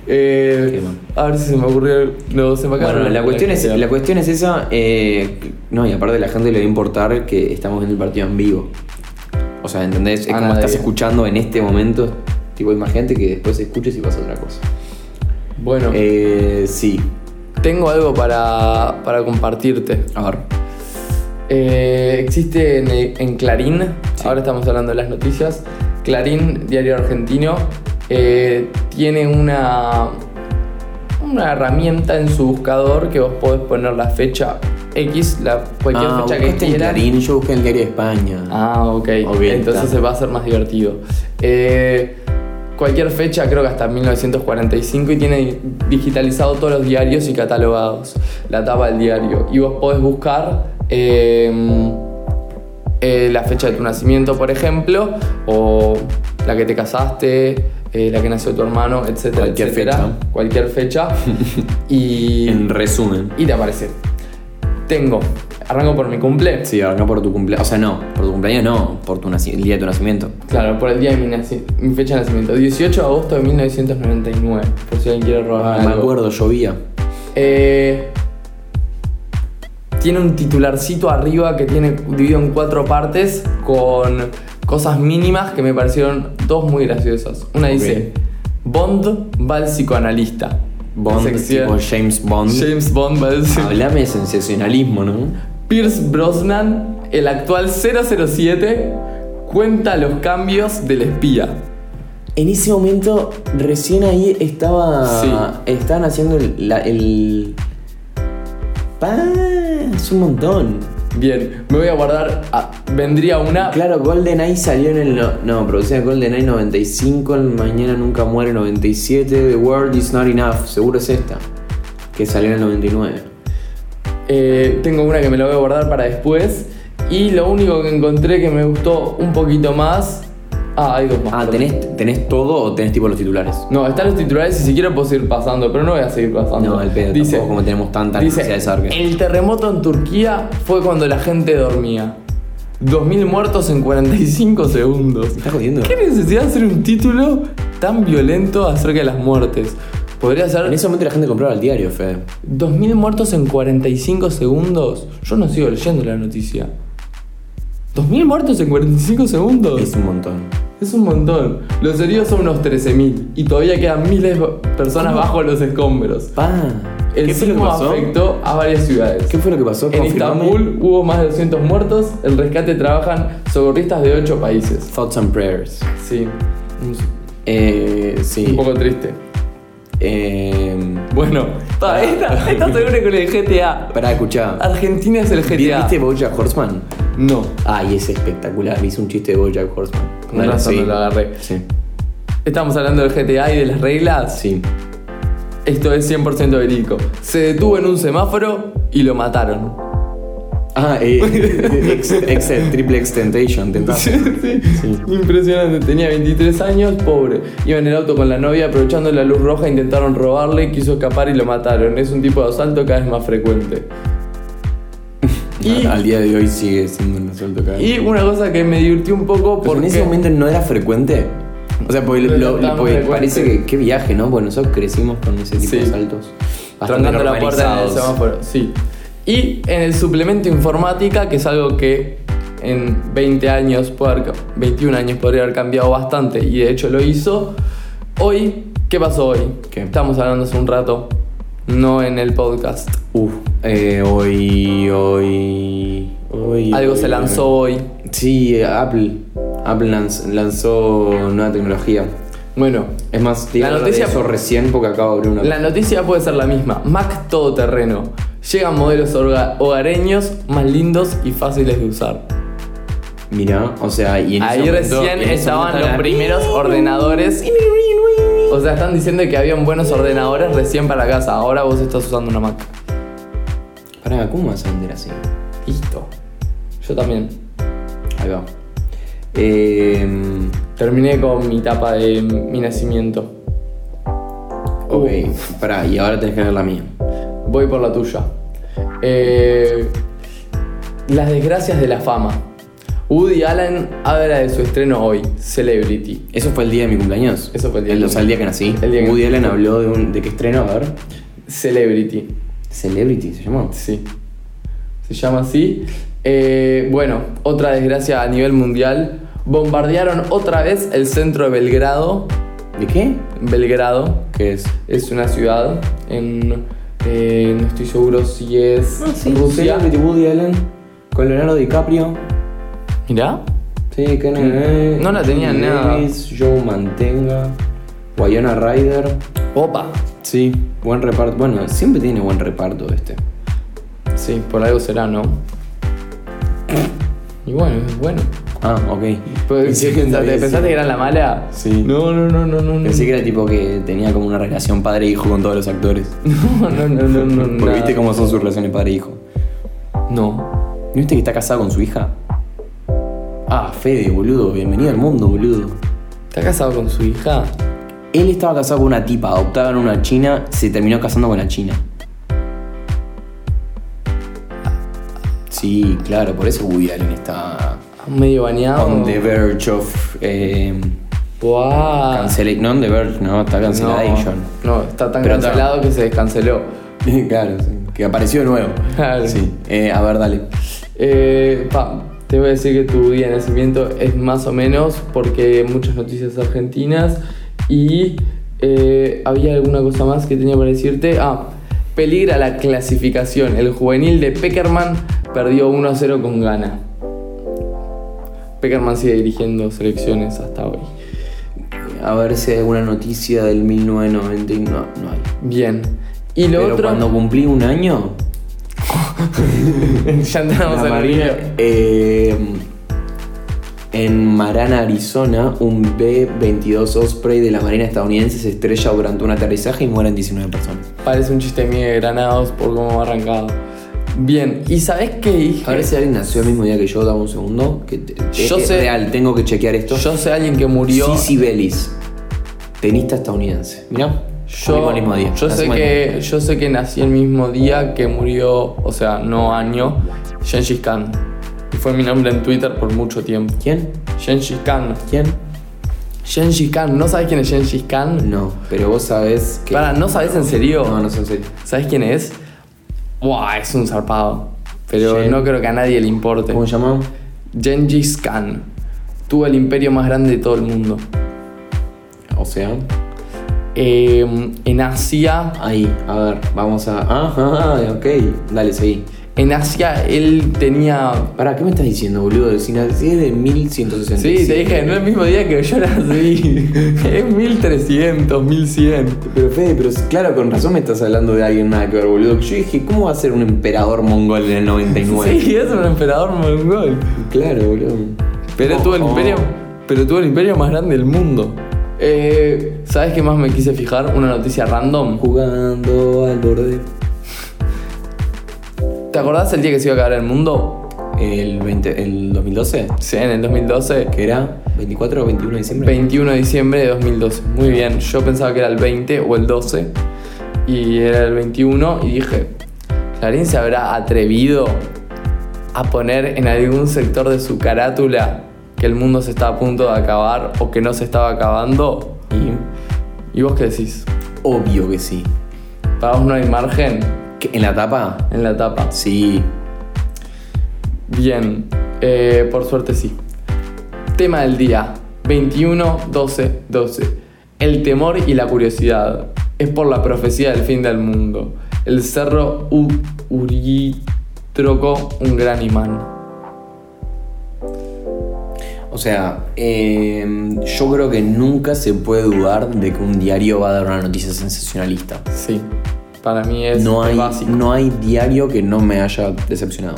Speaker 1: Eh,
Speaker 2: Qué mal.
Speaker 1: a ver si se me ocurrió. No, se me acaba
Speaker 2: Bueno,
Speaker 1: de-
Speaker 2: la cuestión es, la cuestión es esa. eh, no, y aparte a la gente le va a importar que estamos viendo el partido en vivo. O sea, ¿entendés? Es
Speaker 1: A
Speaker 2: como
Speaker 1: Ah, nadie.
Speaker 2: estás escuchando en este momento. Tipo, imagínate que después escuches y pasa otra cosa.
Speaker 1: Bueno,
Speaker 2: Eh, sí.
Speaker 1: tengo algo para, para compartirte.
Speaker 2: A ver.
Speaker 1: Eh, existe en, en Clarín,
Speaker 2: Sí.
Speaker 1: ahora estamos hablando de las noticias. Clarín, diario argentino, eh, tiene una, una herramienta en su buscador que vos podés poner la fecha X, la, cualquier
Speaker 2: ah,
Speaker 1: fecha que
Speaker 2: buscaste en
Speaker 1: quieras.
Speaker 2: Clarín, yo busqué en el diario de España.
Speaker 1: Ah, ok.
Speaker 2: Ok,
Speaker 1: Entonces
Speaker 2: está.
Speaker 1: se va a hacer más divertido. Eh, cualquier fecha, creo que hasta 1945, y tiene digitalizado todos los diarios y catalogados. La tapa del diario. Y vos podés buscar eh, eh, la fecha de tu nacimiento, por ejemplo, o la que te casaste. eh, la que nació tu hermano, etcétera,
Speaker 2: Cualquier
Speaker 1: etcétera.
Speaker 2: fecha.
Speaker 1: Cualquier fecha. y,
Speaker 2: En resumen.
Speaker 1: y te aparece. Tengo. Arranco por mi cumple.
Speaker 2: Sí, ahora no por tu cumpleaños. O sea, no, por tu cumpleaños no, por tu naci- el día de tu nacimiento.
Speaker 1: Claro, por el día de mi, naci- mi fecha de nacimiento. 18 de agosto de 1999, por si alguien quiere robar
Speaker 2: Ah, me
Speaker 1: algo.
Speaker 2: acuerdo, llovía.
Speaker 1: Eh, tiene un titularcito arriba que tiene dividido en cuatro partes con cosas mínimas que me parecieron dos muy graciosas. Una dice, Bond va al psicoanalista.
Speaker 2: Bond,
Speaker 1: Sección-
Speaker 2: tipo James Bond. Ah.
Speaker 1: James Bond va al psicoanalista.
Speaker 2: Hablame de sensacionalismo, ¿no?
Speaker 1: Pierce Brosnan, el actual 007, cuenta los cambios del espía.
Speaker 2: En ese momento, recién ahí estaba.
Speaker 1: Sí.
Speaker 2: Estaban haciendo el. la- el... Pa, es un montón.
Speaker 1: Bien, me voy a guardar. ah, vendría una.
Speaker 2: Claro, GoldenEye salió en el. No, no producida GoldenEye 95, el Mañana Nunca Muere 97, The World Is Not Enough, seguro es esta. Que salió en el 99.
Speaker 1: Eh, tengo una que me la voy a guardar para después. Y lo único que encontré que me gustó un poquito más. Ah, hay dos más.
Speaker 2: Ah,
Speaker 1: perdón.
Speaker 2: ¿tenés, ¿tenés todo o tenés tipo los titulares?
Speaker 1: No, están los titulares y si quiero puedo seguir pasando, pero no voy a seguir pasando.
Speaker 2: No, al pedo,
Speaker 1: dice,
Speaker 2: tampoco como tenemos tanta
Speaker 1: dice,
Speaker 2: necesidad de saber que-
Speaker 1: El terremoto en Turquía fue cuando la gente dormía. 2.000 muertos en 45 segundos.
Speaker 2: ¿Me estás jodiendo?
Speaker 1: ¿Qué necesidad de hacer un título tan violento acerca de las muertes? Podría ser...
Speaker 2: En ese momento la gente compraba el diario, Fede.
Speaker 1: 2.000 muertos en 45 segundos. Yo no sigo leyendo la noticia. 2.000 muertos en 45 segundos.
Speaker 2: Es un montón.
Speaker 1: Es un montón. Los heridos son unos 13.000 y todavía quedan miles de personas bajo los escombros.
Speaker 2: Pa.
Speaker 1: El
Speaker 2: ¿Qué fue lo que
Speaker 1: sismo
Speaker 2: pasó?
Speaker 1: afectó a varias ciudades.
Speaker 2: ¿Qué fue lo que pasó?
Speaker 1: En
Speaker 2: Confirmame.
Speaker 1: Estambul hubo más de 200 muertos. El rescate trabajan socorristas de 8 países.
Speaker 2: Thoughts and prayers.
Speaker 1: Sí,
Speaker 2: Eh,
Speaker 1: un
Speaker 2: sí.
Speaker 1: poco triste.
Speaker 2: Eh,
Speaker 1: Bueno, ta, esta, esta seguro que le GTA.
Speaker 2: pará, escuchá.
Speaker 1: Argentina es el
Speaker 2: ¿Vi-
Speaker 1: GTA.
Speaker 2: ¿Viste Bojack Horseman?
Speaker 1: No.
Speaker 2: Ay, es espectacular. Hice un chiste de Bojack Horseman.
Speaker 1: Con razón no lo agarré.
Speaker 2: Sí.
Speaker 1: Estamos hablando del GTA y de las reglas.
Speaker 2: Sí.
Speaker 1: Esto es 100% verídico. Se detuvo en un semáforo y lo mataron.
Speaker 2: Ah, eh, ex, ex- triple extentation, tentás.
Speaker 1: Sí, Impresionante, tenía 23 años, pobre. Iba en el auto con la novia, aprovechando la luz roja, intentaron robarle, quiso escapar y lo mataron. Es un tipo de asalto cada vez más frecuente. Y,
Speaker 2: Al día de hoy sigue siendo un asalto cada vez
Speaker 1: y una cosa que me divirtió un poco
Speaker 2: Porque en
Speaker 1: porque...
Speaker 2: ese momento no era frecuente. O sea, porque,
Speaker 1: No
Speaker 2: lo-
Speaker 1: era
Speaker 2: lo-
Speaker 1: tan
Speaker 2: porque
Speaker 1: frecuente.
Speaker 2: parece que qué viaje, ¿no? Bueno, nosotros crecimos con ese tipo de
Speaker 1: Sí.
Speaker 2: saltos. bastante
Speaker 1: trancando la puerta en el
Speaker 2: normalizados.
Speaker 1: semáforo. Sí. Y en el suplemento informática, que es algo que en 20 años, puede haber- 21 años podría haber cambiado bastante y de hecho lo hizo. Hoy, ¿qué pasó hoy?
Speaker 2: ¿Qué?
Speaker 1: Estamos hablando hace un rato, no en el podcast.
Speaker 2: Uf, eh, hoy, hoy, hoy.
Speaker 1: algo
Speaker 2: hoy,
Speaker 1: se lanzó
Speaker 2: hoy.
Speaker 1: hoy.
Speaker 2: Sí, eh, Apple. Apple lanz- lanzó nueva tecnología.
Speaker 1: Bueno,
Speaker 2: Es más, te iba a
Speaker 1: La
Speaker 2: hablar de
Speaker 1: noticia-
Speaker 2: eso recién porque acabo de abrir una.
Speaker 1: la noticia puede ser la misma. Mac todoterreno. Llegan modelos orga- hogareños más lindos y fáciles de usar.
Speaker 2: Mirá, o sea, y en ese
Speaker 1: Ahí
Speaker 2: momento-
Speaker 1: recién
Speaker 2: en ese
Speaker 1: estaban
Speaker 2: momento
Speaker 1: los
Speaker 2: era-
Speaker 1: primeros ordenadores. O sea, están diciendo que habían buenos ordenadores recién para casa. Ahora vos estás usando una Mac.
Speaker 2: Pará, ¿cómo vas a vender así?
Speaker 1: Listo. Yo también.
Speaker 2: Ahí va. Eh,
Speaker 1: Terminé con mi tapa de mi nacimiento.
Speaker 2: ok, pará, y ahora tenés que leer la mía.
Speaker 1: Voy por la tuya. Eh, las desgracias de la fama. Woody Allen habla de su estreno hoy, Celebrity.
Speaker 2: Eso fue el día de mi cumpleaños.
Speaker 1: Eso fue el día de
Speaker 2: El,
Speaker 1: tu
Speaker 2: o sea, el día que nací.
Speaker 1: El día que
Speaker 2: Woody
Speaker 1: nací.
Speaker 2: Allen habló de, un, de qué estreno, a ver.
Speaker 1: Celebrity,
Speaker 2: Celebrity se llamó.
Speaker 1: sí. Se llama así. Eh, bueno, otra desgracia a nivel mundial. Bombardearon otra vez el centro de Belgrado.
Speaker 2: ¿De qué?
Speaker 1: Belgrado
Speaker 2: ¿Qué es?
Speaker 1: es una ciudad en... eh, no estoy seguro si es Rusia.
Speaker 2: Celebrity Woody Allen con Leonardo DiCaprio.
Speaker 1: Mirá.
Speaker 2: Sí, que no,
Speaker 1: No la tenía
Speaker 2: Anthony
Speaker 1: nada.
Speaker 2: Davis, Joe Mantenga. Guayana Ryder.
Speaker 1: Opa.
Speaker 2: Sí, buen reparto. Bueno, siempre tiene buen reparto este.
Speaker 1: Sí, por algo será, ¿no? Y bueno, es bueno.
Speaker 2: Ah, ok.
Speaker 1: Pues,
Speaker 2: Pensé
Speaker 1: ¿qué
Speaker 2: que
Speaker 1: pensaste?
Speaker 2: había
Speaker 1: ¿Pensaste
Speaker 2: sido-
Speaker 1: que era la mala?
Speaker 2: Sí.
Speaker 1: No, no, no, no, no. no.
Speaker 2: Pensé que era tipo que tenía como una relación padre-hijo con todos los actores.
Speaker 1: No, no, no, no, no.
Speaker 2: Porque
Speaker 1: nada.
Speaker 2: viste cómo son sus relaciones padre-hijo.
Speaker 1: No.
Speaker 2: ¿No viste que está casado con su hija? Ah, Fede, boludo. Bienvenido al mundo, boludo.
Speaker 1: ¿Está casado con su hija?
Speaker 2: Él estaba casado con una tipa, adoptaron una china, se terminó casando con la china. Sí, claro, por eso Woody Allen está
Speaker 1: Medio bañado.
Speaker 2: on the verge of... eh,
Speaker 1: Guau.
Speaker 2: cancela- No on the verge, no, está
Speaker 1: No,
Speaker 2: cancellation.
Speaker 1: no, está tan
Speaker 2: Pero está-
Speaker 1: cancelado que se descanceló.
Speaker 2: claro, sí, que apareció de nuevo.
Speaker 1: Claro.
Speaker 2: Sí, eh, a ver, dale.
Speaker 1: Eh, pa, te voy a decir que tu día de nacimiento es más o menos porque muchas noticias argentinas y eh, había alguna cosa más que tenía para decirte. Ah, peligra la clasificación. El juvenil de Peckerman perdió 1 a 0 con Ghana. Peckerman sigue dirigiendo selecciones hasta hoy.
Speaker 2: A ver si hay alguna noticia del 1999. No, no hay.
Speaker 1: Bien. Y lo
Speaker 2: Pero
Speaker 1: otro.
Speaker 2: cuando cumplí un año,
Speaker 1: ya andamos
Speaker 2: La
Speaker 1: en el
Speaker 2: Marina,
Speaker 1: río.
Speaker 2: eh, en Marana, Arizona, un B-22 Osprey de la Marina estadounidense se estrella durante un aterrizaje y mueren 19 personas.
Speaker 1: Parece un chiste mío de granados por cómo ha arrancado. Bien, ¿y sabes qué dije?
Speaker 2: A ver si alguien nació el mismo día que yo, dame un segundo. Que te-
Speaker 1: Yo
Speaker 2: es
Speaker 1: sé-
Speaker 2: real, tengo que chequear esto.
Speaker 1: Yo sé a alguien que murió.
Speaker 2: Sissy Bellis, tenista estadounidense. Mirá,
Speaker 1: Yo,
Speaker 2: cumplimos el mismo día.
Speaker 1: yo sé
Speaker 2: nacimos el
Speaker 1: que, yo sé que nací el mismo día que murió, o sea, no año, Gengis Khan. Y fue mi nombre en Twitter por mucho tiempo.
Speaker 2: mismo-
Speaker 1: Gengis Khan.
Speaker 2: ¿Quién?
Speaker 1: Gengis Khan. ¿No sabes quién es Gengis Khan?
Speaker 2: ¿Quién? No, pero vos sabés que.
Speaker 1: Pará, ¿no sabes en serio?
Speaker 2: No, no sé en serio.
Speaker 1: ¿Sabes quién es? Buah, es un zarpado. Pero
Speaker 2: Gen-
Speaker 1: no creo que a nadie le importe.
Speaker 2: ¿Cómo se llamaba?
Speaker 1: Gengis Khan. Tuvo el imperio más grande de todo el mundo.
Speaker 2: O sea.
Speaker 1: Eh, en Asia
Speaker 2: Ahí, a ver, vamos a. Ajá, ok. Dale, seguí.
Speaker 1: En Asia él tenía.
Speaker 2: Pará, ¿qué me estás diciendo, boludo? Si nací de 1160.
Speaker 1: Sí, te dije, no es el mismo día que yo nací. Es 1300, 1100.
Speaker 2: Pero Fede, pero si- claro, con razón me estás hablando de alguien nada que ver, boludo. Yo dije, ¿cómo va a ser un emperador mongol en el 99?
Speaker 1: Sí, es un emperador mongol.
Speaker 2: Claro, boludo.
Speaker 1: Pero tuvo el
Speaker 2: Ojo.
Speaker 1: imperio. Pero tuvo el imperio más grande del mundo. Eh, ¿Sabes qué más me quise fijar? Una noticia random.
Speaker 2: Jugando al borde.
Speaker 1: ¿Te acordás el día que se iba a acabar el mundo?
Speaker 2: El, 20, el 2012,
Speaker 1: Sí, en el 2012.
Speaker 2: que era 24 o 21 de diciembre.
Speaker 1: 21 de diciembre de 2012. Muy bien, yo pensaba que era el 20 o el 12 y era el 21 y dije, Clarín se habrá atrevido a poner en algún sector de su carátula que el mundo se está a punto de acabar o que no se estaba acabando.
Speaker 2: Y
Speaker 1: ¿Y vos qué decís?
Speaker 2: obvio que sí.
Speaker 1: Para vos no hay margen
Speaker 2: ¿Qué, ¿En la tapa?
Speaker 1: en la tapa.
Speaker 2: Sí.
Speaker 1: Bien, eh, por suerte sí. Tema del día, 21, 12, 12. El temor y la curiosidad. Es por la profecía del fin del mundo. El cerro U Uritroco, un gran imán.
Speaker 2: O sea, eh, yo creo que nunca se puede dudar de que un diario va a dar una noticia sensacionalista.
Speaker 1: Sí, para mí es
Speaker 2: No
Speaker 1: el
Speaker 2: hay,
Speaker 1: básico.
Speaker 2: no hay diario que no me haya decepcionado.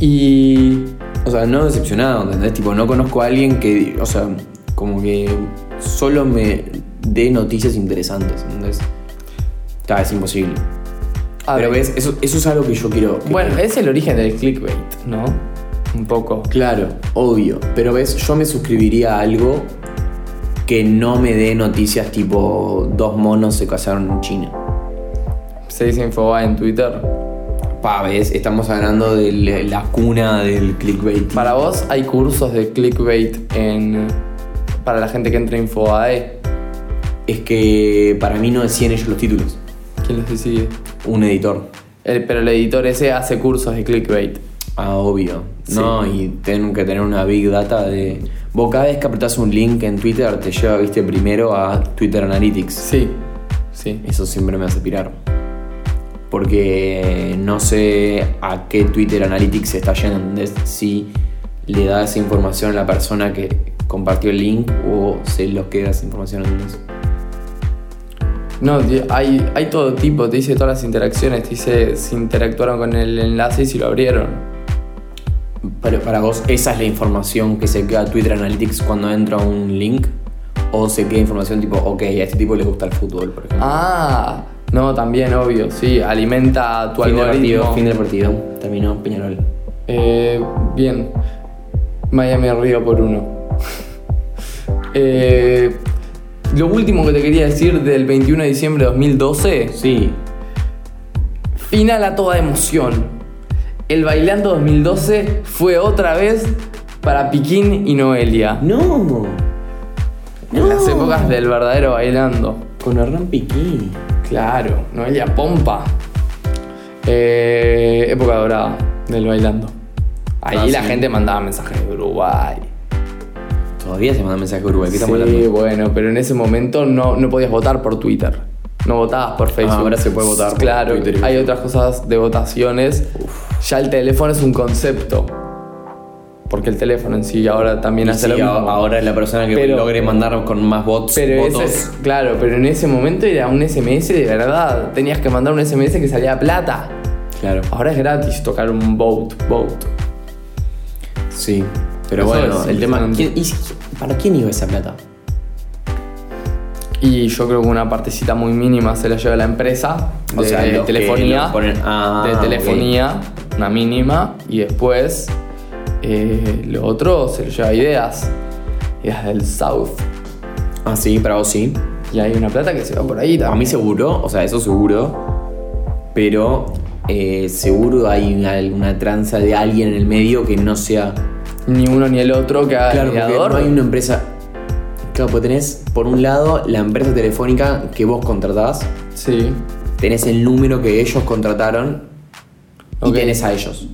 Speaker 1: Y
Speaker 2: O sea, no decepcionado, ¿entendés? Tipo, no conozco a alguien que, o sea, como que solo me dé noticias interesantes, ¿entendés? Está, es imposible.
Speaker 1: a
Speaker 2: Pero
Speaker 1: ver,
Speaker 2: ves, eso, eso es algo que yo quiero... que-
Speaker 1: bueno, es el origen del clickbait, ¿no? Un poco.
Speaker 2: Claro, obvio. Pero ves, yo me suscribiría a algo que no me dé noticias tipo dos monos se casaron en China.
Speaker 1: Se dice Infobae en Twitter.
Speaker 2: paves, estamos hablando de la la cuna del clickbait.
Speaker 1: Para vos, ¿hay cursos de clickbait en para la gente que entra a InfoAE?
Speaker 2: Es que para mí no decían ellos los títulos,
Speaker 1: ¿Quién los decide?
Speaker 2: un editor.
Speaker 1: El- pero el editor ese hace cursos de clickbait.
Speaker 2: Ah, obvio. No, y tienen que tener una big data de. Vos cada vez que apretás un link en Twitter te lleva, viste, primero a Twitter Analytics.
Speaker 1: Sí, sí.
Speaker 2: Eso siempre me hace pirar. Porque no sé a qué Twitter Analytics se está yendo. ¿entendés? Si le da esa información a la persona que compartió el link o se lo queda esa información. ¿entendés?
Speaker 1: No, di- hay, hay todo tipo, te dice todas las interacciones, te dice si interactuaron con el enlace y si lo abrieron.
Speaker 2: Pero para vos, ¿esa es la información que se queda Twitter Analytics cuando entra un link? ¿O se queda información tipo, ok, a este tipo le gusta el fútbol, por ejemplo?
Speaker 1: Ah, no, también, obvio, sí, alimenta tu
Speaker 2: fin del
Speaker 1: algoritmo.
Speaker 2: partido, fin del partido. Terminó Peñarol.
Speaker 1: Eh, bien, Miami arriba por uno. Eh, lo último que te quería decir del 21 de diciembre de 2012,
Speaker 2: Sí.
Speaker 1: final a toda emoción. El Bailando 2012 fue otra vez para Piquín y Noelia.
Speaker 2: No.
Speaker 1: En las épocas del verdadero bailando.
Speaker 2: Con Hernán Piquín.
Speaker 1: Claro, Noelia Pompa. Eh, época dorada del bailando. Ahí
Speaker 2: Ah,
Speaker 1: la
Speaker 2: sí.
Speaker 1: gente mandaba mensajes de Uruguay.
Speaker 2: Todavía se manda mensaje a Uruguay. ¿Qué
Speaker 1: Sí,
Speaker 2: estamos hablando?
Speaker 1: bueno, pero en ese momento no, no podías votar por Twitter. No votabas por Facebook.
Speaker 2: Ah, ahora se puede votar por
Speaker 1: Claro,
Speaker 2: Twitter y
Speaker 1: hay
Speaker 2: Facebook.
Speaker 1: otras cosas de votaciones. Ya el teléfono es un concepto. Porque el teléfono en sí ahora también
Speaker 2: Y
Speaker 1: hace
Speaker 2: sí,
Speaker 1: lo mismo.
Speaker 2: a- ahora la persona que
Speaker 1: Pero-
Speaker 2: logre mandar con más bots,
Speaker 1: Pero
Speaker 2: votos.
Speaker 1: ese- claro, pero en ese momento era un SMS de verdad. Tenías que mandar un SMS que salía plata.
Speaker 2: Claro.
Speaker 1: Ahora es gratis tocar un boat, boat.
Speaker 2: Sí. Pero
Speaker 1: Eso
Speaker 2: bueno,
Speaker 1: es
Speaker 2: el tema.
Speaker 1: impresionante.
Speaker 2: ¿quién- y- ¿Para quién iba esa plata?
Speaker 1: Y yo creo que una partecita muy mínima se la lleva la empresa de
Speaker 2: O sea, los que
Speaker 1: telefonía.
Speaker 2: los ponen- ah,
Speaker 1: de telefonía, una mínima. Y después eh, lo otro se lo lleva ideas. Ideas del South.
Speaker 2: Ah, sí, para vos sí.
Speaker 1: Y hay una plata que se va por ahí
Speaker 2: A mí
Speaker 1: también.
Speaker 2: seguro, o sea, eso seguro. Pero eh, seguro hay una, una tranza de alguien en el medio que no sea.
Speaker 1: Ni uno ni el otro que haga
Speaker 2: Claro, porque
Speaker 1: mediador.
Speaker 2: no hay una empresa. Claro, pues tenés, por un lado, la empresa telefónica que vos contratás,
Speaker 1: Sí.
Speaker 2: tenés el número que ellos contrataron
Speaker 1: Ok.
Speaker 2: y tenés a ellos.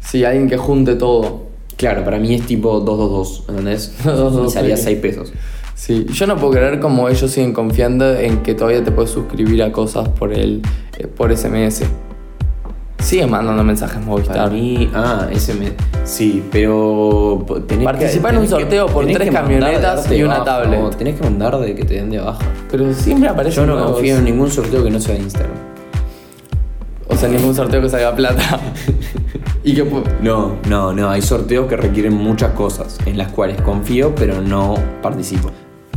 Speaker 1: Sí, alguien que junte todo.
Speaker 2: Claro, para mí es tipo 222, ¿entendés?
Speaker 1: Dos, dos,
Speaker 2: y salía
Speaker 1: sí.
Speaker 2: 6 pesos.
Speaker 1: Sí, yo no puedo creer cómo ellos siguen confiando en que todavía te puedes suscribir a cosas por el eh, por SMS. Siguen mandando mensajes
Speaker 2: Para
Speaker 1: Movistar.
Speaker 2: mí, ah, ese me. Sí, pero. po- Tenés
Speaker 1: Participá en un
Speaker 2: tenés
Speaker 1: sorteo por
Speaker 2: tenés
Speaker 1: tres
Speaker 2: mandar de
Speaker 1: camionetas
Speaker 2: darte
Speaker 1: y
Speaker 2: de
Speaker 1: una
Speaker 2: baja,
Speaker 1: tablet.
Speaker 2: no, tenés que mandar de que te den de baja.
Speaker 1: Pero siempre aparece.
Speaker 2: Yo no confío en ningún sorteo que no sea de Instagram.
Speaker 1: O sea, ningún sorteo que salga plata. y que pu-
Speaker 2: No, no, no. Hay sorteos que requieren muchas cosas en las cuales confío, pero no participo.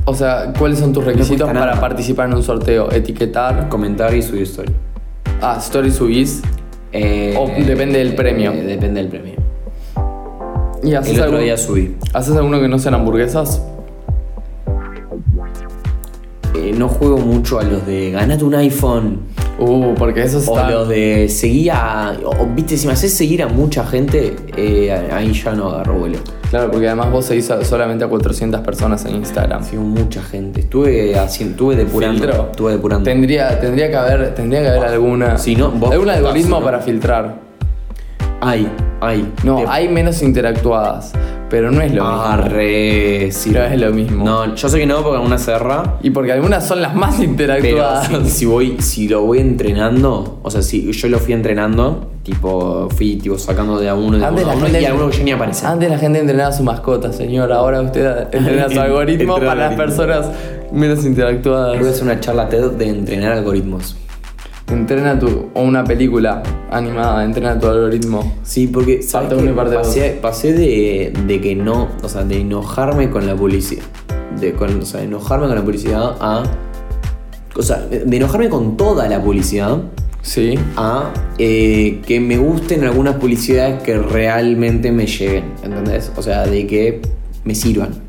Speaker 1: O sea, ¿cuáles son tus requisitos
Speaker 2: cuesta
Speaker 1: para
Speaker 2: nada.
Speaker 1: participar en un sorteo? Etiquetar.
Speaker 2: Comentar y subir story.
Speaker 1: Ah, story subís.
Speaker 2: Eh,
Speaker 1: O depende del premio.
Speaker 2: eh, depende del premio.
Speaker 1: Y
Speaker 2: El
Speaker 1: haces
Speaker 2: otro
Speaker 1: algún-
Speaker 2: día subí.
Speaker 1: ¿Haces alguno que no sean hamburguesas?
Speaker 2: Eh, no juego mucho a los de ganate un iPhone.
Speaker 1: Uh, porque eso
Speaker 2: O
Speaker 1: está.
Speaker 2: los de seguir a. o, viste, si me haces seguir a mucha gente, eh, ahí ya no agarro vuelo.
Speaker 1: Claro, porque además vos seguís a- solamente a 400 personas en Instagram.
Speaker 2: Sigo mucha gente. Estuve haciendo. Estuve depurando.
Speaker 1: Filtro.
Speaker 2: Estuve depurando.
Speaker 1: Tendría, tendría que haber, tendría que haber alguna.
Speaker 2: Ah, Si no, vos
Speaker 1: algún
Speaker 2: votás,
Speaker 1: algoritmo
Speaker 2: si no.
Speaker 1: para filtrar.
Speaker 2: Ay, ay.
Speaker 1: No,
Speaker 2: Te-
Speaker 1: hay menos interactuadas, pero no es lo
Speaker 2: Ah,
Speaker 1: mismo.
Speaker 2: re. sí.
Speaker 1: No es lo mismo.
Speaker 2: No, yo sé que no, porque alguna cerra.
Speaker 1: Y porque algunas son las más
Speaker 2: Pero
Speaker 1: interactuadas.
Speaker 2: si, si voy, si lo voy entrenando, o sea, si yo lo fui entrenando, tipo, fui tipo sacando de a uno, de a uno,
Speaker 1: Antes
Speaker 2: de a
Speaker 1: la,
Speaker 2: uno,
Speaker 1: gente,
Speaker 2: y a uno que ya ni aparece.
Speaker 1: antes la gente entrenaba a su mascota, señor. Ahora usted entrena su
Speaker 2: Entra
Speaker 1: algoritmo
Speaker 2: el
Speaker 1: para las
Speaker 2: algoritmo.
Speaker 1: personas menos
Speaker 2: Voy a
Speaker 1: interactuadas.
Speaker 2: hacer una charla TED de entrenar algoritmos.
Speaker 1: Entrena tu. o una película animada, entrena tu algoritmo.
Speaker 2: Sí, porque ¿sabes
Speaker 1: Parte uno
Speaker 2: qué?
Speaker 1: y parte dos.
Speaker 2: pasé, pasé de, de que no, o sea, de enojarme con la publicidad, de con- o sea, de enojarme con la publicidad a, o sea, de enojarme con toda la publicidad
Speaker 1: Sí.
Speaker 2: a eh, que me gusten algunas publicidades que realmente me lleguen, ¿entendés? O sea, de que me sirvan.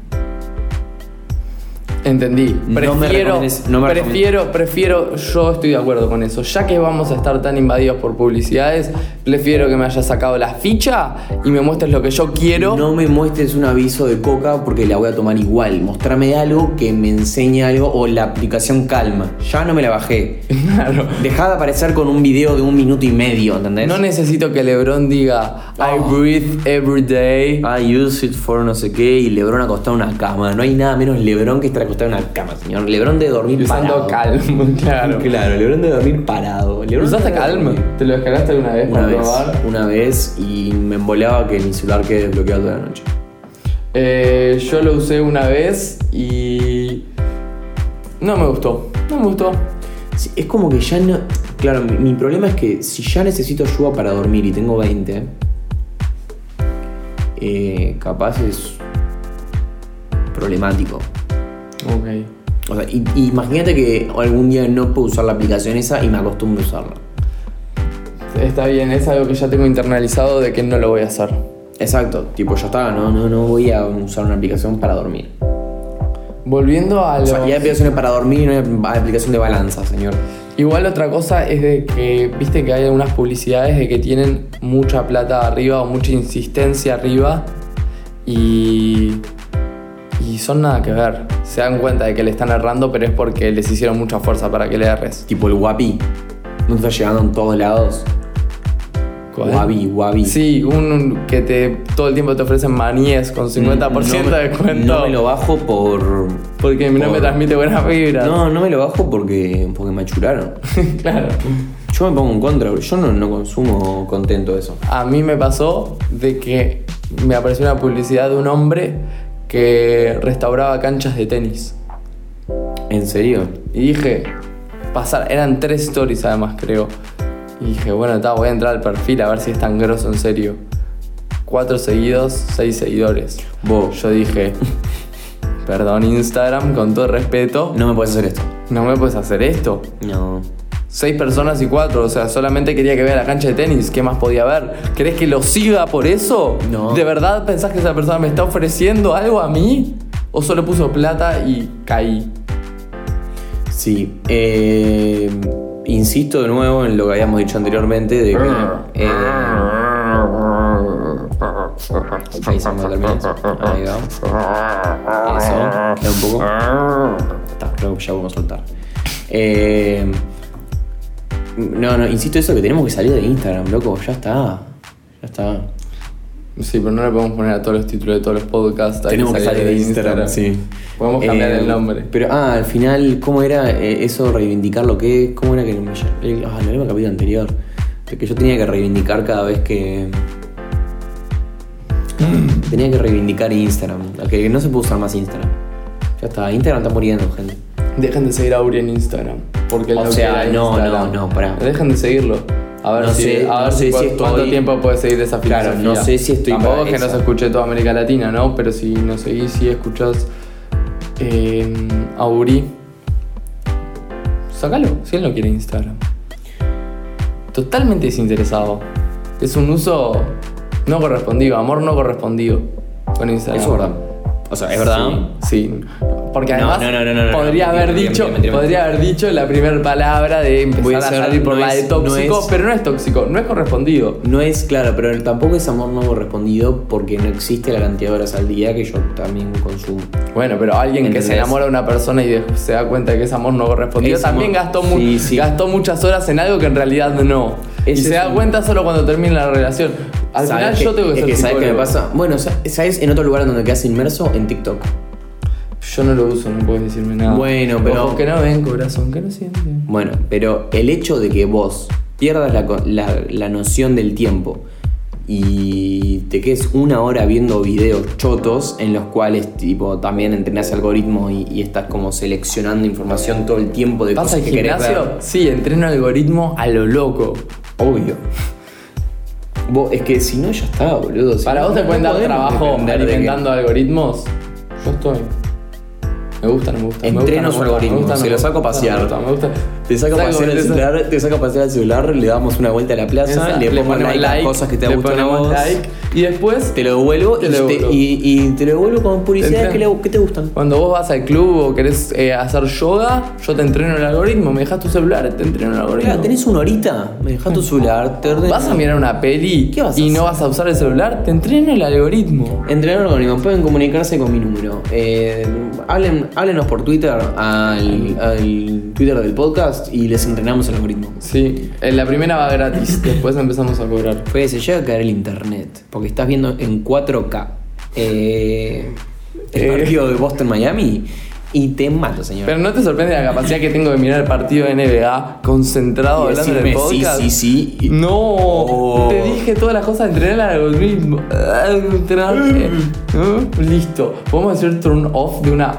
Speaker 1: Entendí.
Speaker 2: me
Speaker 1: Prefiero,
Speaker 2: recomiendes- no me
Speaker 1: prefiero, prefiero, yo estoy de acuerdo con eso. Ya que vamos a estar tan invadidos por publicidades, prefiero que me hayas sacado la ficha y me muestres lo que yo quiero.
Speaker 2: No me muestres un aviso de coca porque la voy a tomar igual. Mostrame algo que me enseñe algo o la aplicación calma. Ya no me la bajé.
Speaker 1: Claro.
Speaker 2: Dejá de aparecer con un video de un minuto y medio, ¿entendés?
Speaker 1: No necesito que Lebron diga I
Speaker 2: Oh.
Speaker 1: breathe every day.
Speaker 2: I Ah, use it for no sé qué y Lebron acostado en una cama. No hay nada menos Lebron que estar acostado en una cama, señor. Lebron de dormir
Speaker 1: Usando
Speaker 2: parado.
Speaker 1: calm, claro.
Speaker 2: Claro, Lebron de dormir parado. Lebron
Speaker 1: ¿Usaste
Speaker 2: de
Speaker 1: calm?
Speaker 2: dormir-
Speaker 1: ¿Te lo descargaste alguna vez
Speaker 2: Una
Speaker 1: para
Speaker 2: vez,
Speaker 1: probar?
Speaker 2: una vez y me emboleaba que mi celular quede desbloqueado toda la noche.
Speaker 1: Eh, yo lo usé una vez y. No me gustó. No me gustó.
Speaker 2: Sí, es como que ya no. Claro, mi, mi problema es que si ya necesito ayuda para dormir y tengo 20, eh, capaz es problemático.
Speaker 1: Ok.
Speaker 2: O sea, y- y imagínate que algún día no puedo usar la aplicación esa y me acostumbro a usarla.
Speaker 1: Está bien, es algo que ya tengo internalizado de que no lo voy a hacer.
Speaker 2: Exacto, tipo ya está, no, no, no voy a usar una aplicación para dormir.
Speaker 1: Volviendo a lo.
Speaker 2: O sea, y hay aplicaciones para dormir y no hay hay aplicación de balanza, señor.
Speaker 1: Igual otra cosa es de que, viste que hay algunas publicidades de que tienen mucha plata arriba o mucha insistencia arriba y, y son nada que ver. Se dan cuenta de que le están errando, pero es porque les hicieron mucha fuerza para que le erres.
Speaker 2: Tipo el guapi. No te está llegando en todos lados.
Speaker 1: ¿Cuál?
Speaker 2: Guapi, guapi.
Speaker 1: Sí, un, un que te todo el tiempo te ofrecen maníes con 50%
Speaker 2: Mm, No me-
Speaker 1: de descuento.
Speaker 2: No me lo bajo por.
Speaker 1: Porque no me
Speaker 2: por-
Speaker 1: transmite buenas vibras.
Speaker 2: No, no me lo bajo porque, porque me achuraron.
Speaker 1: claro.
Speaker 2: Yo me pongo en contra, bro. yo no, no consumo contento eso.
Speaker 1: A mí me pasó de que me apareció una publicidad de un hombre que restauraba canchas de tenis.
Speaker 2: ¿En serio?
Speaker 1: Y dije, pasar, eran tres stories además, creo. Y dije, bueno, ta, voy a entrar al perfil a ver si es tan grosso en serio. Cuatro seguidos, seis seguidores.
Speaker 2: Vos,
Speaker 1: Yo dije, perdón Instagram, con todo respeto,
Speaker 2: no me puedes hacer esto.
Speaker 1: no me puedes hacer esto.
Speaker 2: No.
Speaker 1: Seis personas y cuatro, o sea, solamente quería que vea la cancha de tenis, ¿qué más podía ver? ¿Querés que lo siga por eso?
Speaker 2: No.
Speaker 1: ¿De verdad pensás que esa persona me está ofreciendo algo a mí? ¿O solo puso plata y caí?
Speaker 2: Sí. eh, insisto de nuevo en lo que habíamos dicho anteriormente de que. eh, ahí se me termina eso. Ahí va. Eso. Queda un poco. Está, creo que ya vamos a soltar. Eh, no, no, insisto eso que tenemos que salir de Instagram, loco. Ya está. Ya está.
Speaker 1: Sí, pero no le podemos poner a todos los títulos de todos los podcasts. hay
Speaker 2: Tenemos que salir de Instagram, sí.
Speaker 1: Podemos cambiar
Speaker 2: Eh,
Speaker 1: el nombre.
Speaker 2: Pero, ah, al final, ¿cómo era eh, eso reivindicar lo que es? ¿Cómo era que me ll- el- Ah, lo mismo capítulo anterior. De que yo tenía que reivindicar cada vez que. Tenía que reivindicar Instagram. a Que no se puede usar más Instagram. Ya está, Instagram está muriendo, gente.
Speaker 1: Dejen de seguir a Uri en Instagram. Porque él
Speaker 2: O
Speaker 1: no
Speaker 2: sea,
Speaker 1: quiere
Speaker 2: no,
Speaker 1: Instagram.
Speaker 2: no, no, pará.
Speaker 1: Dejen de seguirlo. A ver
Speaker 2: No
Speaker 1: si,
Speaker 2: sé,
Speaker 1: a
Speaker 2: no
Speaker 1: ver
Speaker 2: sé
Speaker 1: cu-
Speaker 2: si estoy-
Speaker 1: cuánto tiempo puedes seguir esa
Speaker 2: Claro,
Speaker 1: filosofía.
Speaker 2: no sé si estoy
Speaker 1: Tampoco
Speaker 2: para
Speaker 1: es que no
Speaker 2: esa.
Speaker 1: se escuche toda América Latina, ¿no? Pero si no seguís, si escuchás eh, a Uri, sácalo. Si él no quiere Instagram. Totalmente desinteresado. Es un uso no correspondido, amor no correspondido con Instagram.
Speaker 2: Eso es verdad. O sea, es verdad.
Speaker 1: Sí. sí. Porque
Speaker 2: No,
Speaker 1: además
Speaker 2: no, no, no, no, no,
Speaker 1: podría
Speaker 2: mentira,
Speaker 1: haber
Speaker 2: mentira,
Speaker 1: dicho,
Speaker 2: mentira, mentira.
Speaker 1: podría haber dicho la primera palabra de empezar
Speaker 2: Voy a
Speaker 1: a,
Speaker 2: ser-
Speaker 1: salir por
Speaker 2: no
Speaker 1: la de
Speaker 2: es- no
Speaker 1: tóxico,
Speaker 2: es-
Speaker 1: pero no es tóxico, no es correspondido.
Speaker 2: No es claro, pero tampoco es amor no correspondido porque no existe la cantidad de horas al día que yo también consumo.
Speaker 1: Bueno, pero alguien que se
Speaker 2: ¿Entendés?
Speaker 1: enamora de una persona y de- se da cuenta de que ese amor no correspondido
Speaker 2: Es
Speaker 1: también
Speaker 2: amor.
Speaker 1: gastó, mu-
Speaker 2: Sí, sí.
Speaker 1: gastó muchas horas en algo que en realidad no. y
Speaker 2: Ese
Speaker 1: se
Speaker 2: es
Speaker 1: da
Speaker 2: un-
Speaker 1: cuenta solo cuando termina la relación. Al
Speaker 2: ¿Sabes
Speaker 1: final
Speaker 2: qué?
Speaker 1: yo tengo que
Speaker 2: es
Speaker 1: ser
Speaker 2: que ¿Sabes qué me
Speaker 1: psicólogo.
Speaker 2: pasa? Bueno, sa- ¿sabes en otro lugar en donde quedas inmerso? En TikTok.
Speaker 1: Yo no lo uso, no puedes decirme nada.
Speaker 2: Bueno, pero-
Speaker 1: Ojos que no ven, corazón que no sienten.
Speaker 2: Bueno, pero el hecho de que vos pierdas la, co- la- la noción del tiempo y te quedes una hora viendo videos chotos en los cuales tipo también entrenás algoritmos y, y estás como seleccionando información todo el tiempo de
Speaker 1: ¿Vas
Speaker 2: cosas
Speaker 1: al
Speaker 2: que querés
Speaker 1: gimnasio?
Speaker 2: ver.
Speaker 1: Sí, entreno algoritmo a lo loco.
Speaker 2: Obvio. Vos, es que si no ya está, boludo. Si
Speaker 1: Para
Speaker 2: no,
Speaker 1: vos te
Speaker 2: no
Speaker 1: cuenta un
Speaker 2: podemos
Speaker 1: trabajo
Speaker 2: depender de que-
Speaker 1: alimentando algoritmos. Yo estoy. Me gusta, no me gusta. me gusta,
Speaker 2: Entreno
Speaker 1: no me
Speaker 2: su
Speaker 1: gusta, me
Speaker 2: algoritmo,
Speaker 1: gusta, no
Speaker 2: se
Speaker 1: me
Speaker 2: lo
Speaker 1: gusta,
Speaker 2: saco a
Speaker 1: me gusta,
Speaker 2: pasear.
Speaker 1: Me gusta,
Speaker 2: Te saca a
Speaker 1: Saco,
Speaker 2: pasear el
Speaker 1: te saco.
Speaker 2: celular, te saca a pasear el celular, le damos una vuelta a la plaza,
Speaker 1: Esa,
Speaker 2: le pongo
Speaker 1: ponemos
Speaker 2: like, a cosas que te
Speaker 1: le
Speaker 2: gustan a
Speaker 1: ponemos
Speaker 2: vos.
Speaker 1: like, y después,
Speaker 2: Te lo devuelvo,
Speaker 1: Te
Speaker 2: y,
Speaker 1: lo
Speaker 2: te,
Speaker 1: devuelvo.
Speaker 2: y- y te lo devuelvo con publicidades
Speaker 1: Entra.
Speaker 2: que, le- que te gustan.
Speaker 1: cuando vos vas al club o querés eh, hacer yoga, yo te entreno el algoritmo. Me dejas tu celular, te entreno el algoritmo.
Speaker 2: Claro, tenés una horita, me dejás tu celular, te ordeno-
Speaker 1: Vas a mirar una peli
Speaker 2: ¿Qué vas a
Speaker 1: y no vas a usar el celular, te entreno el algoritmo.
Speaker 2: Entrenar Orgánico, pueden comunicarse con mi número. Eh, hablen, háblenos por Twitter al, al Twitter del podcast y les entrenamos el algoritmo.
Speaker 1: Sí, eh, la primera va gratis, después empezamos a cobrar.
Speaker 2: Fede, se llega a caer el internet, porque estás viendo en 4K eh, el
Speaker 1: Eh.
Speaker 2: partido de Boston Miami y te mato, señor.
Speaker 1: Pero no te sorprende la capacidad que tengo de mirar el partido de NBA concentrado
Speaker 2: Y
Speaker 1: hablando del
Speaker 2: decirme sí,
Speaker 1: podcast.
Speaker 2: sí, sí, y-
Speaker 1: No,
Speaker 2: Oh.
Speaker 1: te dije todas las cosas, entrenar el algoritmo. ah, entrenar, eh, eh, Listo, podemos decir turn off de una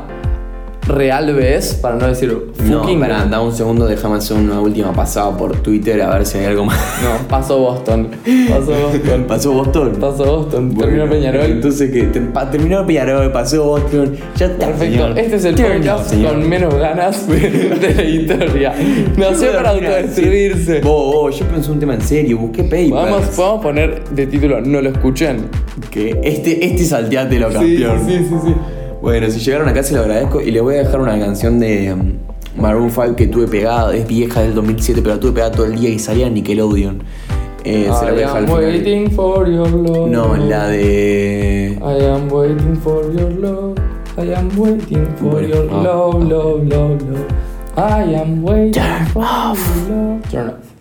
Speaker 1: real vez para no decir
Speaker 2: No,
Speaker 1: fucking.
Speaker 2: pará, da un segundo, déjame hacer una última pasada por Twitter a ver si hay algo más.
Speaker 1: No, pasó Boston. Pasó Boston.
Speaker 2: Pasó Boston.
Speaker 1: Pasó Boston. Terminó
Speaker 2: Bueno,
Speaker 1: Peñarol.
Speaker 2: Entonces que te- pa- terminó Peñarol, pasó Boston. Ya está.
Speaker 1: Perfecto,
Speaker 2: señor.
Speaker 1: este es el
Speaker 2: Terminó,
Speaker 1: podcast
Speaker 2: señor.
Speaker 1: con menos ganas de, de la historia. Nació
Speaker 2: Yo
Speaker 1: para
Speaker 2: voy a mirar,
Speaker 1: autodestruirse.
Speaker 2: sí. Vos, vos, yo pensé un tema en serio, busqué papers.
Speaker 1: Vamos, podemos poner de título No lo escuchen.
Speaker 2: Que este, este salteatelo, campeón.
Speaker 1: sí, sí, sí.
Speaker 2: Bueno, si llegaron acá se lo agradezco y les voy a dejar una canción de mm, Maroon 5 que tuve pegada, es vieja del 2007, pero la tuve pegada todo el día y salía en Nickelodeon. Eh, se la voy
Speaker 1: I
Speaker 2: a dejar
Speaker 1: am
Speaker 2: al final.
Speaker 1: waiting for your love.
Speaker 2: No, la de...
Speaker 1: I am waiting for your love. I am waiting for
Speaker 2: Bueno,
Speaker 1: your
Speaker 2: ah,
Speaker 1: love,
Speaker 2: ah.
Speaker 1: love, love, love. I am waiting
Speaker 2: Turn
Speaker 1: for your love. Turn off.